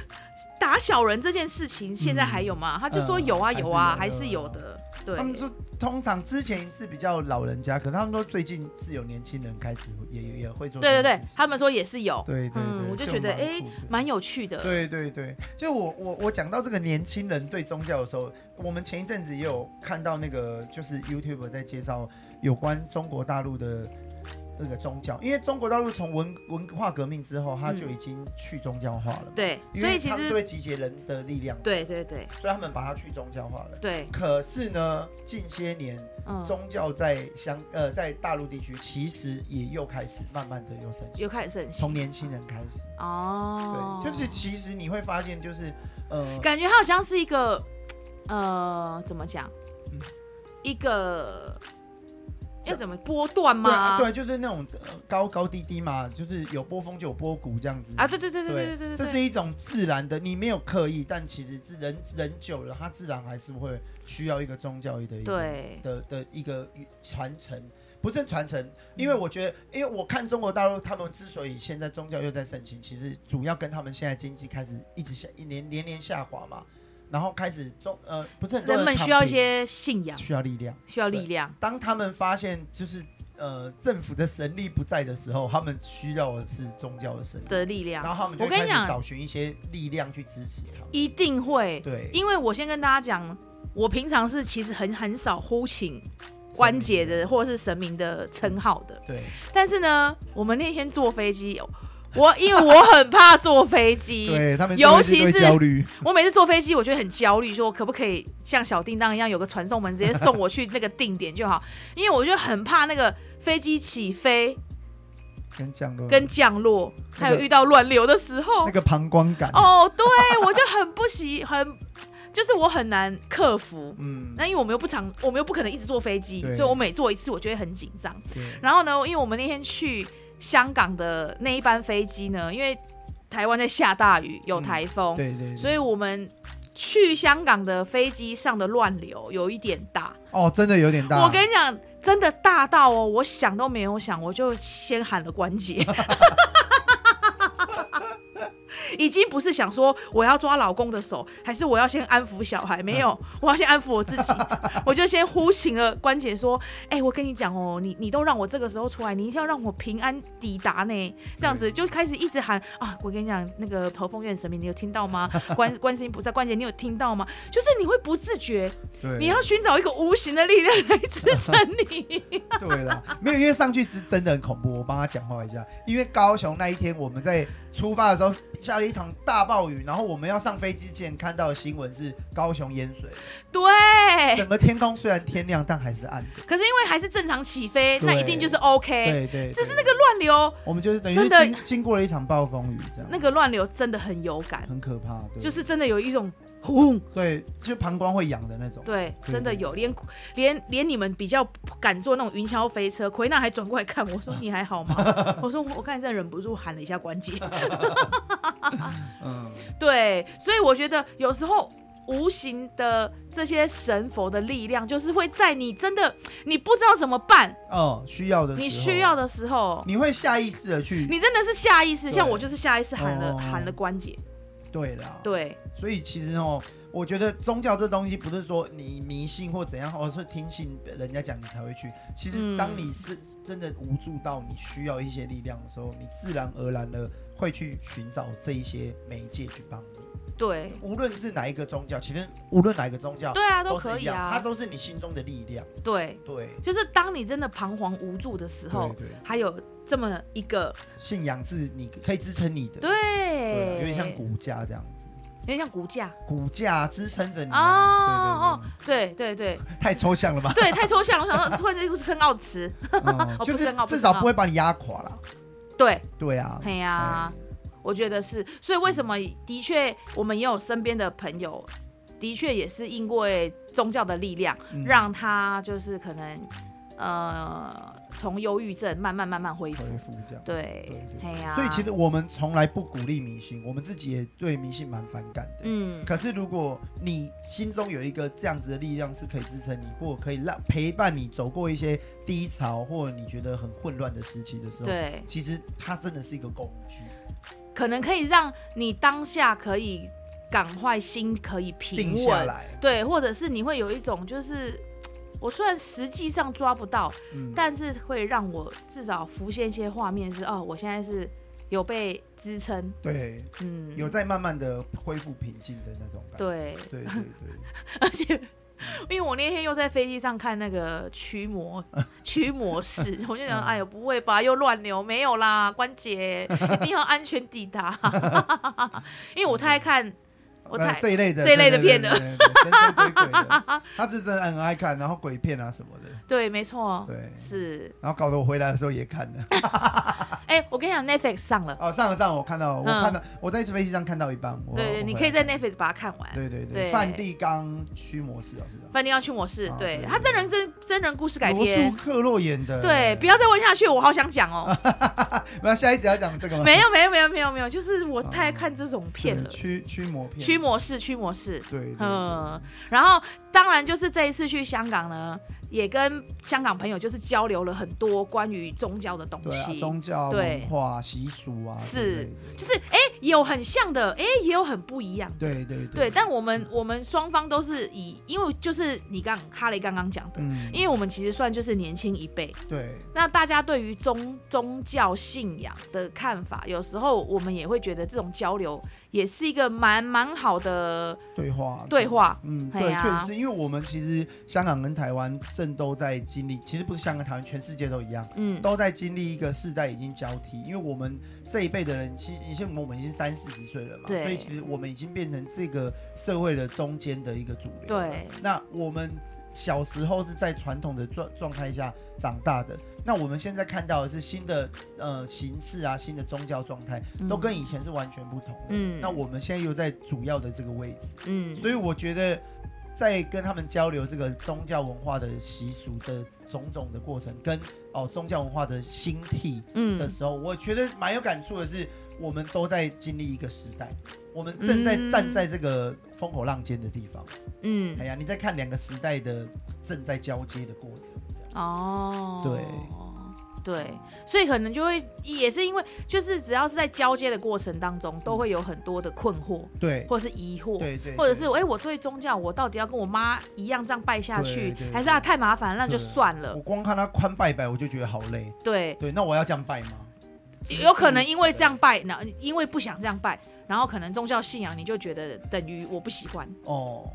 Speaker 2: 打小人这件事情现在还有吗？他就说有啊
Speaker 1: 嗯
Speaker 2: 有啊，
Speaker 1: 还
Speaker 2: 还
Speaker 1: 是
Speaker 2: 是
Speaker 1: 有
Speaker 2: 有
Speaker 1: 的
Speaker 2: 的。对
Speaker 1: 他，们说，通常之前是比较老人家，可是他们说最近是有年轻人开始也也也会做这
Speaker 2: 对对
Speaker 1: 件
Speaker 2: 对
Speaker 1: 事，情。
Speaker 2: 他们说也是有，
Speaker 1: 对对对，
Speaker 2: 嗯，我就觉得
Speaker 1: 蛮
Speaker 2: 哎
Speaker 1: 酷的，
Speaker 2: 蛮有趣的。
Speaker 1: 对对对，就我我我讲到这个年轻人对宗教的时候，我们前一阵子也有看到那个就是 YouTube 在介绍有关中国大陆的那个宗教，因为中国大陆从文文化革命之后，它就已经去宗教化了嘛，
Speaker 2: 嗯对，
Speaker 1: 因
Speaker 2: 所
Speaker 1: 为
Speaker 2: 以其
Speaker 1: 他们是
Speaker 2: 实
Speaker 1: 会集结人的力量，
Speaker 2: 对对对
Speaker 1: 所以他们把它去宗教化了。
Speaker 2: 对，
Speaker 1: 可是呢，近些年
Speaker 2: 嗯，
Speaker 1: 宗教在香呃在大陆地区其实也又开始慢慢的又盛行，
Speaker 2: 又开始盛行
Speaker 1: 从年轻人开始，
Speaker 2: 哦，
Speaker 1: 对，就是其实你会发现就是呃，
Speaker 2: 感觉它好像是一个，呃，怎么讲
Speaker 1: 嗯？
Speaker 2: 一个要
Speaker 1: 像
Speaker 2: 怎么波段
Speaker 1: 对啊
Speaker 2: 吗？
Speaker 1: 对，就是那种呃高高低低嘛，就是有波峰就有波谷这样子
Speaker 2: 啊，对对对对对对对
Speaker 1: 这
Speaker 2: 对
Speaker 1: 是
Speaker 2: 对，
Speaker 1: 一种自然的，你没有刻意，但其实是人人久了，它自然还是会需要一个宗教的一个
Speaker 2: 对
Speaker 1: 的的一个传承，不是传承，因为我觉得，因为我看中国大陆，他们之所以现在宗教又在盛行，其实主要跟他们现在经济开始一直下一年连连下滑嘛，然后开始中呃不是很多
Speaker 2: 人们
Speaker 1: 躺
Speaker 2: 需要一
Speaker 1: 平
Speaker 2: 些信仰，
Speaker 1: 需要力量，
Speaker 2: 需要力量。
Speaker 1: 当他们发现就是呃政府的神力不在的时候，他们需要的是宗教的神力，
Speaker 2: 的力
Speaker 1: 然
Speaker 2: 量
Speaker 1: 后他们就
Speaker 2: 啊我
Speaker 1: 会
Speaker 2: 跟
Speaker 1: 开
Speaker 2: 你
Speaker 1: 始
Speaker 2: 讲
Speaker 1: 找寻一些力量去支持他们，
Speaker 2: 一定会，
Speaker 1: 对，
Speaker 2: 因为我先跟大家讲，我平常是其实很很少呼请关节的或者是神明的称号的，
Speaker 1: 对
Speaker 2: 但是呢，我们那天坐飞机，我因为我很怕坐飞机，
Speaker 1: [LAUGHS] 对，他们
Speaker 2: 尤
Speaker 1: 就会
Speaker 2: 其
Speaker 1: 对
Speaker 2: 是
Speaker 1: 焦虑，
Speaker 2: 我每次坐飞机，我就会很焦虑，说我可不可以像小叮当一样有个传送门，直接送我去那个定点就好，因为我就很怕那个飞机起飞
Speaker 1: 跟降落
Speaker 2: 跟降落，还有
Speaker 1: 那个
Speaker 2: 遇到乱流的时候
Speaker 1: 那。个膀胱感，
Speaker 2: 哦，对， [LAUGHS] 我就很不喜，很就是我很难克服。
Speaker 1: 嗯，
Speaker 2: 那因为我们又不常，我们又不可能一直坐飞机，
Speaker 1: 对
Speaker 2: 所以我每坐一次，我就会很紧张。
Speaker 1: 对
Speaker 2: 然后呢，因为我们那天去香港的那一班飞机呢，因为台湾在下大雨，有台风，
Speaker 1: 对嗯对对，
Speaker 2: 所以我们去香港的飞机上的乱流有一点大。
Speaker 1: 哦，真的有点大。
Speaker 2: 我跟你讲，真的大到哦，我想都没有想，我就先喊了关节。 [LAUGHS] 已经不是想说我要抓老公的手，还是我要先安抚小孩，没有，我要先安抚我自己，我就先呼醒了关姐说：“哎、我跟你讲哦，你你都让我这个时候出来，你一定要让我平安抵达呢。”这样子就开始一直喊啊！我跟你讲，那个头风院神明，你有听到吗？观观世音菩萨，关姐，你有听到吗？就是你会不自觉，
Speaker 1: 对
Speaker 2: 你要寻找一个无形的力量来支撑你。
Speaker 1: [LAUGHS] 对了，没有，因为上去是真的很恐怖。我帮他讲话一下，因为高雄那一天我们在出发的时候下了一场大暴雨，然后我们要上飞机之前看到的新闻是高雄淹水，
Speaker 2: 对，
Speaker 1: 整个天空虽然天亮，但还是暗的。
Speaker 2: 可是因为还是正常起飞，
Speaker 1: 对
Speaker 2: 那一定就是 OK。
Speaker 1: 对对，
Speaker 2: 哎只是
Speaker 1: 对
Speaker 2: 那个乱流，
Speaker 1: 我们就是等于是
Speaker 2: 真的
Speaker 1: 经经过了一场暴风雨，这样
Speaker 2: 那个乱流真的很有感，
Speaker 1: 很可怕，对
Speaker 2: 就是真的有一种轰，
Speaker 1: 对，就膀胱会痒的那种。
Speaker 2: 对，
Speaker 1: 对
Speaker 2: 真的有，连连连你们比较不敢坐那种云霄飞车，奎娜还转过来看我
Speaker 1: [LAUGHS]
Speaker 2: 说：“你还好吗？”我说：“我刚才真的忍不住喊了一下关节。 [LAUGHS]
Speaker 1: 嗯，”
Speaker 2: 对，所以我觉得有时候。无形的这些神佛的力量，就是会在你真的你不知道怎么办，
Speaker 1: 哦，需要的时候
Speaker 2: 你需要，的时候，
Speaker 1: 你会下意识的去。
Speaker 2: 你真的是下意识，
Speaker 1: 对
Speaker 2: 像我就是下意识喊了、
Speaker 1: 哦
Speaker 2: 喊了关节，
Speaker 1: 对啦，
Speaker 2: 对
Speaker 1: 所以其实哦，我觉得宗教这东西不是说你迷信或怎样，而是听信人家讲你才会去。其实
Speaker 2: 嗯
Speaker 1: 当你是真的无助到你需要一些力量的时候，你自然而然的会去寻找这一些媒介去帮你。
Speaker 2: 对
Speaker 1: 无论是哪一个宗教，其实无论哪一个宗教。
Speaker 2: 对啊，都
Speaker 1: 是
Speaker 2: 可
Speaker 1: 一
Speaker 2: 以
Speaker 1: 样它
Speaker 2: 啊，
Speaker 1: 都是你心中的力量。
Speaker 2: 对，
Speaker 1: 对，
Speaker 2: 就是当你真的彷徨无助的时候，
Speaker 1: 对对
Speaker 2: 还有这么一个
Speaker 1: 信仰是你可以支撑你的，
Speaker 2: 对，
Speaker 1: 对啊，有点像，骨架这样子，
Speaker 2: 有点像骨架，
Speaker 1: 骨架支撑着你啊。
Speaker 2: 哦对
Speaker 1: 对
Speaker 2: 对对
Speaker 1: 对对，太抽象了吧？
Speaker 2: 对，太抽象了，我想说 [LAUGHS] 突然间又是深奥词，
Speaker 1: 嗯
Speaker 2: [LAUGHS] 哦
Speaker 1: 就
Speaker 2: 不
Speaker 1: 是
Speaker 2: 深奥不
Speaker 1: 至少
Speaker 2: 深奥
Speaker 1: 不会把你压垮了。
Speaker 2: 对，
Speaker 1: 对啊，
Speaker 2: 嘿呀、
Speaker 1: 哎
Speaker 2: 我觉得是，所以为什么的确我们也有身边的朋友，的确也是因为宗教的力量，
Speaker 1: 嗯
Speaker 2: 让他就是可能呃从忧郁症慢慢慢慢恢复
Speaker 1: 恢。复这样。
Speaker 2: 对
Speaker 1: 对，对
Speaker 2: 哎呀、
Speaker 1: 所以其实我们从来不鼓励迷信，我们自己也对迷信蛮反感的。
Speaker 2: 嗯，
Speaker 1: 可是如果你心中有一个这样子的力量，是可以支撑你，或可以让陪伴你走过一些低潮，或你觉得很混乱的时期的时候，
Speaker 2: 对，
Speaker 1: 其实它真的是一个工具，
Speaker 2: 可能可以让你当下可以赶快心可以
Speaker 1: 定
Speaker 2: 平
Speaker 1: 下
Speaker 2: 稳，
Speaker 1: 来。
Speaker 2: 对，或者是你会有一种就是。我虽然实际上抓不到，
Speaker 1: 嗯，
Speaker 2: 但是会让我至少浮现一些画面是，哦，我现在是有被支撑，
Speaker 1: 对，
Speaker 2: 嗯，
Speaker 1: 有在慢慢的恢复平静的那种感觉。
Speaker 2: 对，
Speaker 1: 对对对，
Speaker 2: 而且因为我那天又在飞机上看那个驱魔驱魔士，我就想，
Speaker 1: 嗯
Speaker 2: 哎呦，不会吧，又乱流，没有啦，关姐一定要安全抵达， [LAUGHS] 因为我
Speaker 1: 嗯
Speaker 2: 太爱看， [LAUGHS] 我
Speaker 1: 那
Speaker 2: 太
Speaker 1: 这一类的
Speaker 2: 这一类的片
Speaker 1: 的，
Speaker 2: 的
Speaker 1: 对对对神神鬼鬼的，他是真的很爱看，然后鬼片啊什么的，
Speaker 2: 对，没错，
Speaker 1: 对。
Speaker 2: 哦是，
Speaker 1: 然后搞得我回来的时候也看了，啊
Speaker 2: 哎、我跟你讲，Netflix 上了，
Speaker 1: 哦，上了上了我看到，我
Speaker 2: 嗯
Speaker 1: 看到我在飞机上看到一半，我
Speaker 2: 对对，
Speaker 1: 我
Speaker 2: 你
Speaker 1: 回
Speaker 2: 可以
Speaker 1: 来
Speaker 2: 在 Netflix 把它看完。
Speaker 1: 哦对对对，
Speaker 2: 对
Speaker 1: 梵蒂冈驱魔师哦，是的，
Speaker 2: 饭店要去模式
Speaker 1: 啊，对对
Speaker 2: 对他真人真真人故事改
Speaker 1: 罗素
Speaker 2: 编，
Speaker 1: 克洛演的，
Speaker 2: 对，不要再问下去，我好想
Speaker 1: [LAUGHS]
Speaker 2: 讲哦。
Speaker 1: 那下一集要讲这个吗？
Speaker 2: 没有没有没有没有没有，就是我太爱看这种片
Speaker 1: 对
Speaker 2: 了，
Speaker 1: 啊驱驱魔片，
Speaker 2: 驱魔式驱魔式，
Speaker 1: 对，对，对
Speaker 2: 嗯，然后当然就是这一次去香港呢，也跟香港朋友就是交流了很多关于宗教的东
Speaker 1: 对啊，
Speaker 2: 西，
Speaker 1: 宗教
Speaker 2: 嗯对
Speaker 1: 文化习俗啊，
Speaker 2: 是
Speaker 1: 之类的，
Speaker 2: 就是哎有很像的，哎也有很不一样。
Speaker 1: 对对
Speaker 2: 对，但我们我们双方都是以，因为就是你刚哈雷刚刚讲的，
Speaker 1: 嗯，
Speaker 2: 因为我们其实算就是年轻一辈，
Speaker 1: 对
Speaker 2: 那大家对于宗宗教信仰的看法，有时候我们也会觉得这种交流也是一个蛮蛮好的
Speaker 1: 对话
Speaker 2: 对话。
Speaker 1: 嗯，
Speaker 2: 嘿
Speaker 1: 对，确
Speaker 2: 呀
Speaker 1: 实是因为我们其实香港跟台湾正都在经历，其实不是香港、台湾，全世界都一样，
Speaker 2: 嗯，
Speaker 1: 都在经历一个世代已经交替。因为我们这一辈的人，其实以前我们已经三四十岁了嘛，
Speaker 2: 对
Speaker 1: 所以其实我们已经变成这个社会的中间的一个主流。，
Speaker 2: 对，
Speaker 1: 那我们小时候是在传统的状状态下长大的，那我们现在看到的是新的呃形式啊，新的宗教状态，都跟以前是完全不同的。
Speaker 2: 嗯
Speaker 1: 那我们现在又在主要的这个位置。
Speaker 2: 嗯
Speaker 1: 所以我觉得，在跟他们交流这个宗教文化的习俗的种种的过程，跟哦宗教文化的兴替
Speaker 2: 嗯
Speaker 1: 的时候，我觉得蛮有感触的是，我们都在经历一个时代，我们正在
Speaker 2: 嗯
Speaker 1: 站在这个风口浪尖的地方。
Speaker 2: 嗯
Speaker 1: 哎，呀，你在看两个时代的正在交接的过程，这样
Speaker 2: 哦，
Speaker 1: 对。
Speaker 2: 对，所以可能就会也是因为，就是只要是在交接的过程当中，都会有很多的困惑
Speaker 1: 对
Speaker 2: 或者是疑惑，
Speaker 1: 对对，
Speaker 2: 或者是哎、诶我对宗教我到底要跟我妈一样这样拜下
Speaker 1: 对
Speaker 2: 去
Speaker 1: 对，
Speaker 2: 还是啊太麻烦了，那就
Speaker 1: 对
Speaker 2: 算
Speaker 1: 对
Speaker 2: 了
Speaker 1: 我。光看他宽拜拜，我就觉得好累。
Speaker 2: 对，
Speaker 1: 对，那我要这样拜吗？
Speaker 2: 有可能因为这样拜，那因为不想这样拜，然后可能宗教信仰你就觉得等于我不喜欢，
Speaker 1: 哦，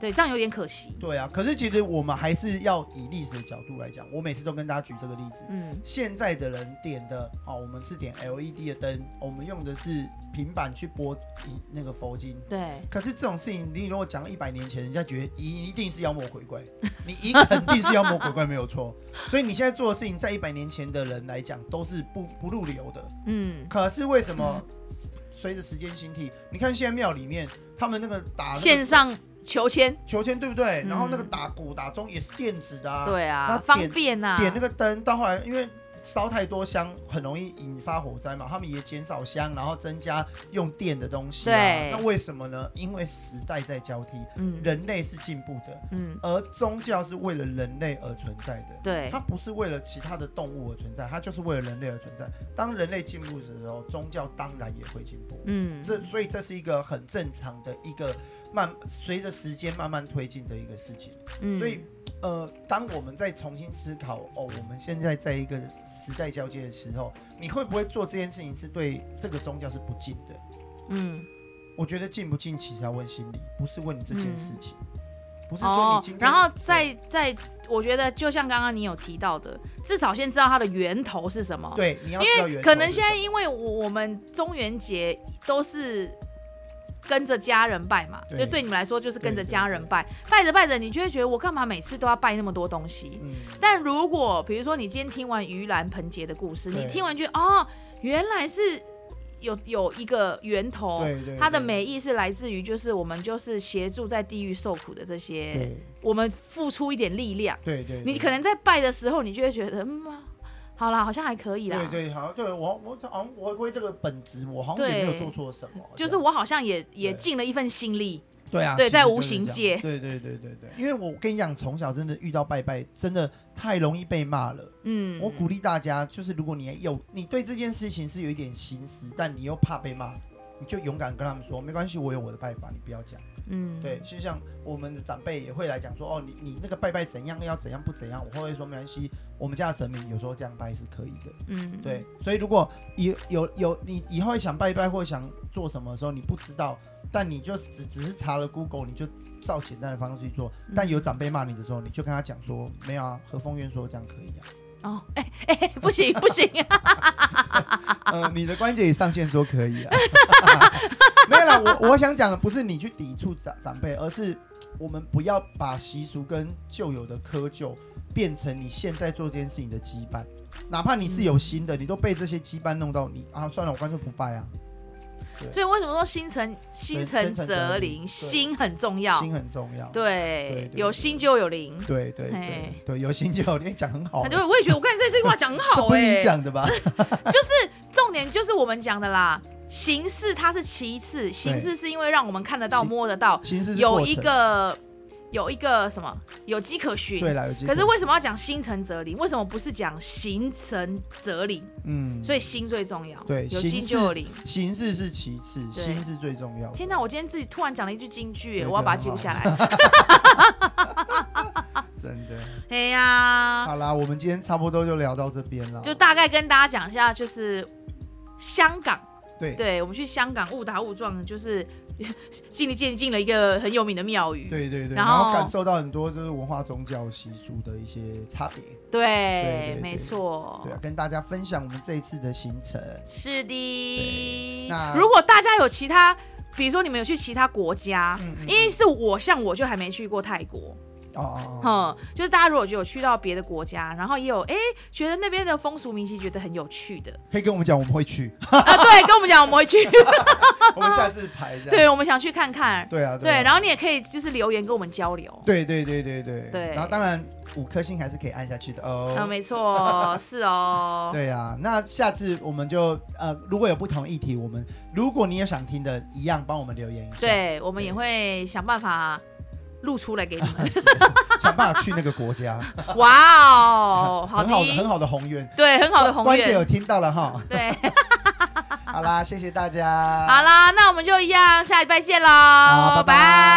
Speaker 2: 对，这样有点可惜。
Speaker 1: 对啊。可是其实我们还是要以历史的角度来讲，我每次都跟大家举这个例子。
Speaker 2: 嗯
Speaker 1: 现在的人点的哦，我们是点 LED 的灯，我们用的是平板去播一那个佛经。，
Speaker 2: 对，
Speaker 1: 可是这种事情，你如果讲一百年前，人家觉得一一定是妖魔鬼怪，你一肯定是妖魔鬼怪没有错。所以你现在做的事情，在一百年前的人来讲都是不不入流的。
Speaker 2: 嗯，
Speaker 1: 可是为什么随着时间兴替，你看现在庙里面他们那个打那
Speaker 2: 线
Speaker 1: 个
Speaker 2: 上求签，
Speaker 1: 求签对不对？
Speaker 2: 嗯
Speaker 1: 然后那个打鼓打钟也是电子的啊。。
Speaker 2: 对
Speaker 1: 那
Speaker 2: 啊，
Speaker 1: 点
Speaker 2: 方便呐、啊，
Speaker 1: 点那个灯，到后来因为烧太多香，很容易引发火灾嘛，他们也减少香，然后增加用电的东西、啊。
Speaker 2: 对
Speaker 1: 那为什么呢？因为时代在交替，
Speaker 2: 嗯
Speaker 1: 人类是进步的，
Speaker 2: 嗯，
Speaker 1: 而宗教是为了人类而存在的。
Speaker 2: 对
Speaker 1: 它，不是为了其他的动物而存在，它就是为了人类而存在。当人类进步的时候，宗教当然也会进步。
Speaker 2: 嗯，
Speaker 1: 这所以这是一个很正常的一个慢，随着时间慢慢推进的一个事情。
Speaker 2: 嗯
Speaker 1: 所以，呃，当我们再重新思考哦，我们现在在一个时代交接的时候，你会不会做这件事情是对这个宗教是不敬的？
Speaker 2: 嗯，
Speaker 1: 我觉得敬不敬其实要问心理，不是问你这件事情，不是说
Speaker 2: 哦
Speaker 1: 你今，天。
Speaker 2: 然后再再，我觉得就像刚刚你有提到的，至少先知道它的源头是什么。
Speaker 1: 对，你要知道
Speaker 2: 因
Speaker 1: 源
Speaker 2: 为
Speaker 1: 头
Speaker 2: 可能
Speaker 1: 是什
Speaker 2: 现
Speaker 1: 么
Speaker 2: 在因为我我们中元节都是跟着家人拜嘛，
Speaker 1: 对
Speaker 2: 就对你们来说就是跟着
Speaker 1: 对对
Speaker 2: 家人拜，拜着拜着你就会觉得我干嘛每次都要拜那么多东西？
Speaker 1: 嗯，
Speaker 2: 但如果比如说你今天听完盂兰盆节的故事，
Speaker 1: 对
Speaker 2: 你听完觉得哦，原来是有有一个源头，
Speaker 1: 对对，
Speaker 2: 哦它的
Speaker 1: 对
Speaker 2: 美意是来自于就是我们就是协助在地狱受苦的这些，
Speaker 1: 对
Speaker 2: 我们付出一点力量。
Speaker 1: 对对，
Speaker 2: 你
Speaker 1: 对
Speaker 2: 可能在拜的时候，你就会觉得嗯啊，好啦，好像还可以啦。
Speaker 1: 对对，好像对我我好像回归这个本质，我好像也没有
Speaker 2: 对
Speaker 1: 做错什么，
Speaker 2: 就
Speaker 1: 这
Speaker 2: 是
Speaker 1: 样
Speaker 2: 我好像也也
Speaker 1: 对
Speaker 2: 尽了一份心力。
Speaker 1: 对啊，
Speaker 2: 对
Speaker 1: 其实
Speaker 2: 在
Speaker 1: 就是
Speaker 2: 无形
Speaker 1: 这样
Speaker 2: 界
Speaker 1: 对对对对对，因为我跟你讲，从小真的遇到拜拜，真的太容易被骂了。
Speaker 2: 嗯，
Speaker 1: 我鼓励大家，就是如果你有你对这件事情是有一点心思，但你又怕被骂，你就勇敢跟他们说，没关系，我有我的拜法，你不要讲。
Speaker 2: 嗯，
Speaker 1: 对，就像我们的长辈也会来讲说，哦，你你那个拜拜怎样，要怎样不怎样，我会说没关系，我们家的神明有时候这样拜是可以的。
Speaker 2: 嗯，
Speaker 1: 对，所以如果以有有你以后想拜拜或想做什么的时候，你不知道，但你就只只是查了 Google，你就照简单的方式去做。但有长辈骂你的时候，你就跟他讲说，没有啊，和风院说这样可以啊，
Speaker 2: 哦，哎、哎、不行不
Speaker 1: [LAUGHS]
Speaker 2: 行，
Speaker 1: 呃，你的关节也上线说可以啊， [LAUGHS] 没有啦，我我想讲的不是你去抵触长长辈，而是我们不要把习俗跟旧有的窠臼变成你现在做这件事情的羁绊，哪怕你是有心的，你都被这些羁绊弄到你啊，算了，我干脆不拜啊。
Speaker 2: 所以为什么说心诚心诚则灵，
Speaker 1: 对
Speaker 2: 心很重要，
Speaker 1: 心很重要。对
Speaker 2: 对，
Speaker 1: 对
Speaker 2: 有心就有灵。
Speaker 1: 对对
Speaker 2: 嘿
Speaker 1: 对对，有心就有，你讲很好
Speaker 2: 很，多人我也觉得，我看这这句话讲很
Speaker 1: 哦这
Speaker 2: 好
Speaker 1: 不是
Speaker 2: 哎、
Speaker 1: 你讲的
Speaker 2: [LAUGHS]
Speaker 1: 吧？ [LAUGHS]
Speaker 2: 就是重点就是我们讲的啦，形式它是其次，形式是因为让我们看得到、
Speaker 1: 形
Speaker 2: 摸得到，
Speaker 1: 形式是过
Speaker 2: 有
Speaker 1: 程
Speaker 2: 一个有一个什么有迹可循。
Speaker 1: 对啦，有机
Speaker 2: 可
Speaker 1: 会
Speaker 2: 是为什么要讲心诚则灵？为什么不是讲形成则灵？
Speaker 1: 嗯，
Speaker 2: 所以心最重要，
Speaker 1: 对
Speaker 2: 有
Speaker 1: 形
Speaker 2: 心就
Speaker 1: 式
Speaker 2: 有灵。
Speaker 1: 形式是其次，
Speaker 2: 对
Speaker 1: 心是最重要的。
Speaker 2: 天哪！我今天自己突然讲了一句金句耶，
Speaker 1: 对
Speaker 2: 我要
Speaker 1: 对
Speaker 2: 把
Speaker 1: 很
Speaker 2: 它记录
Speaker 1: 好
Speaker 2: 下 [LAUGHS] 来。
Speaker 1: 真的。
Speaker 2: 哎呀，
Speaker 1: 好啦，我们今天差不多就聊到这边了。
Speaker 2: 就大概跟大家讲一下，就是香港，
Speaker 1: 对
Speaker 2: 对我们去香港误打误撞，就是 [LAUGHS] 进进进了一个很有名的庙宇，
Speaker 1: 对对对，
Speaker 2: 然
Speaker 1: 然
Speaker 2: 后
Speaker 1: 后感受到很多就是文化宗教习俗的一些差别。对对
Speaker 2: 没错，
Speaker 1: 对啊，跟大家分享我们这一次的行程。
Speaker 2: 是的
Speaker 1: 对那。
Speaker 2: 如果大家有其他，比如说你们有去其他国家，
Speaker 1: 嗯嗯
Speaker 2: 啊因为是我像我就还没去过泰国，
Speaker 1: 哦哦哦，
Speaker 2: 哼，就是大家如果有去到别的国家，然后也有哎、诶觉得那
Speaker 1: [LAUGHS]
Speaker 2: 边的风俗民情觉得很有趣的， [LAUGHS]
Speaker 1: 可以跟我们讲，我们会去。 [LAUGHS]
Speaker 2: 啊、对，跟我们讲我们会去，
Speaker 1: 我们下次排这样。
Speaker 2: 对，我们想去看看。
Speaker 1: 对啊，
Speaker 2: 对，
Speaker 1: 啊
Speaker 2: 然后你也可以就是留言跟我们交流。
Speaker 1: 对对对对对
Speaker 2: 对
Speaker 1: 然后当然五颗星还是可以按下去的
Speaker 2: 啊、
Speaker 1: 哦。
Speaker 2: 没错，是
Speaker 1: [LAUGHS]
Speaker 2: 哦。
Speaker 1: 对啊，那下次我们就呃，如果有不同议题，我们如果你有想听的，一样帮我们留言一下。
Speaker 2: 对，我们也会想办法录出来给你
Speaker 1: [LAUGHS]
Speaker 2: 们。
Speaker 1: 是， [LAUGHS] 想办法去那个国家，
Speaker 2: 哇哦， [LAUGHS] 好
Speaker 1: 很好的很
Speaker 2: 的，
Speaker 1: 好的宏愿。
Speaker 2: 对，很好的宏
Speaker 1: 关姐
Speaker 2: 愿
Speaker 1: 有。听到了哈，
Speaker 2: 对，
Speaker 1: 好啦，谢谢大家，
Speaker 2: 好啦，那我们就一样，下礼拜见喽，
Speaker 1: 好拜拜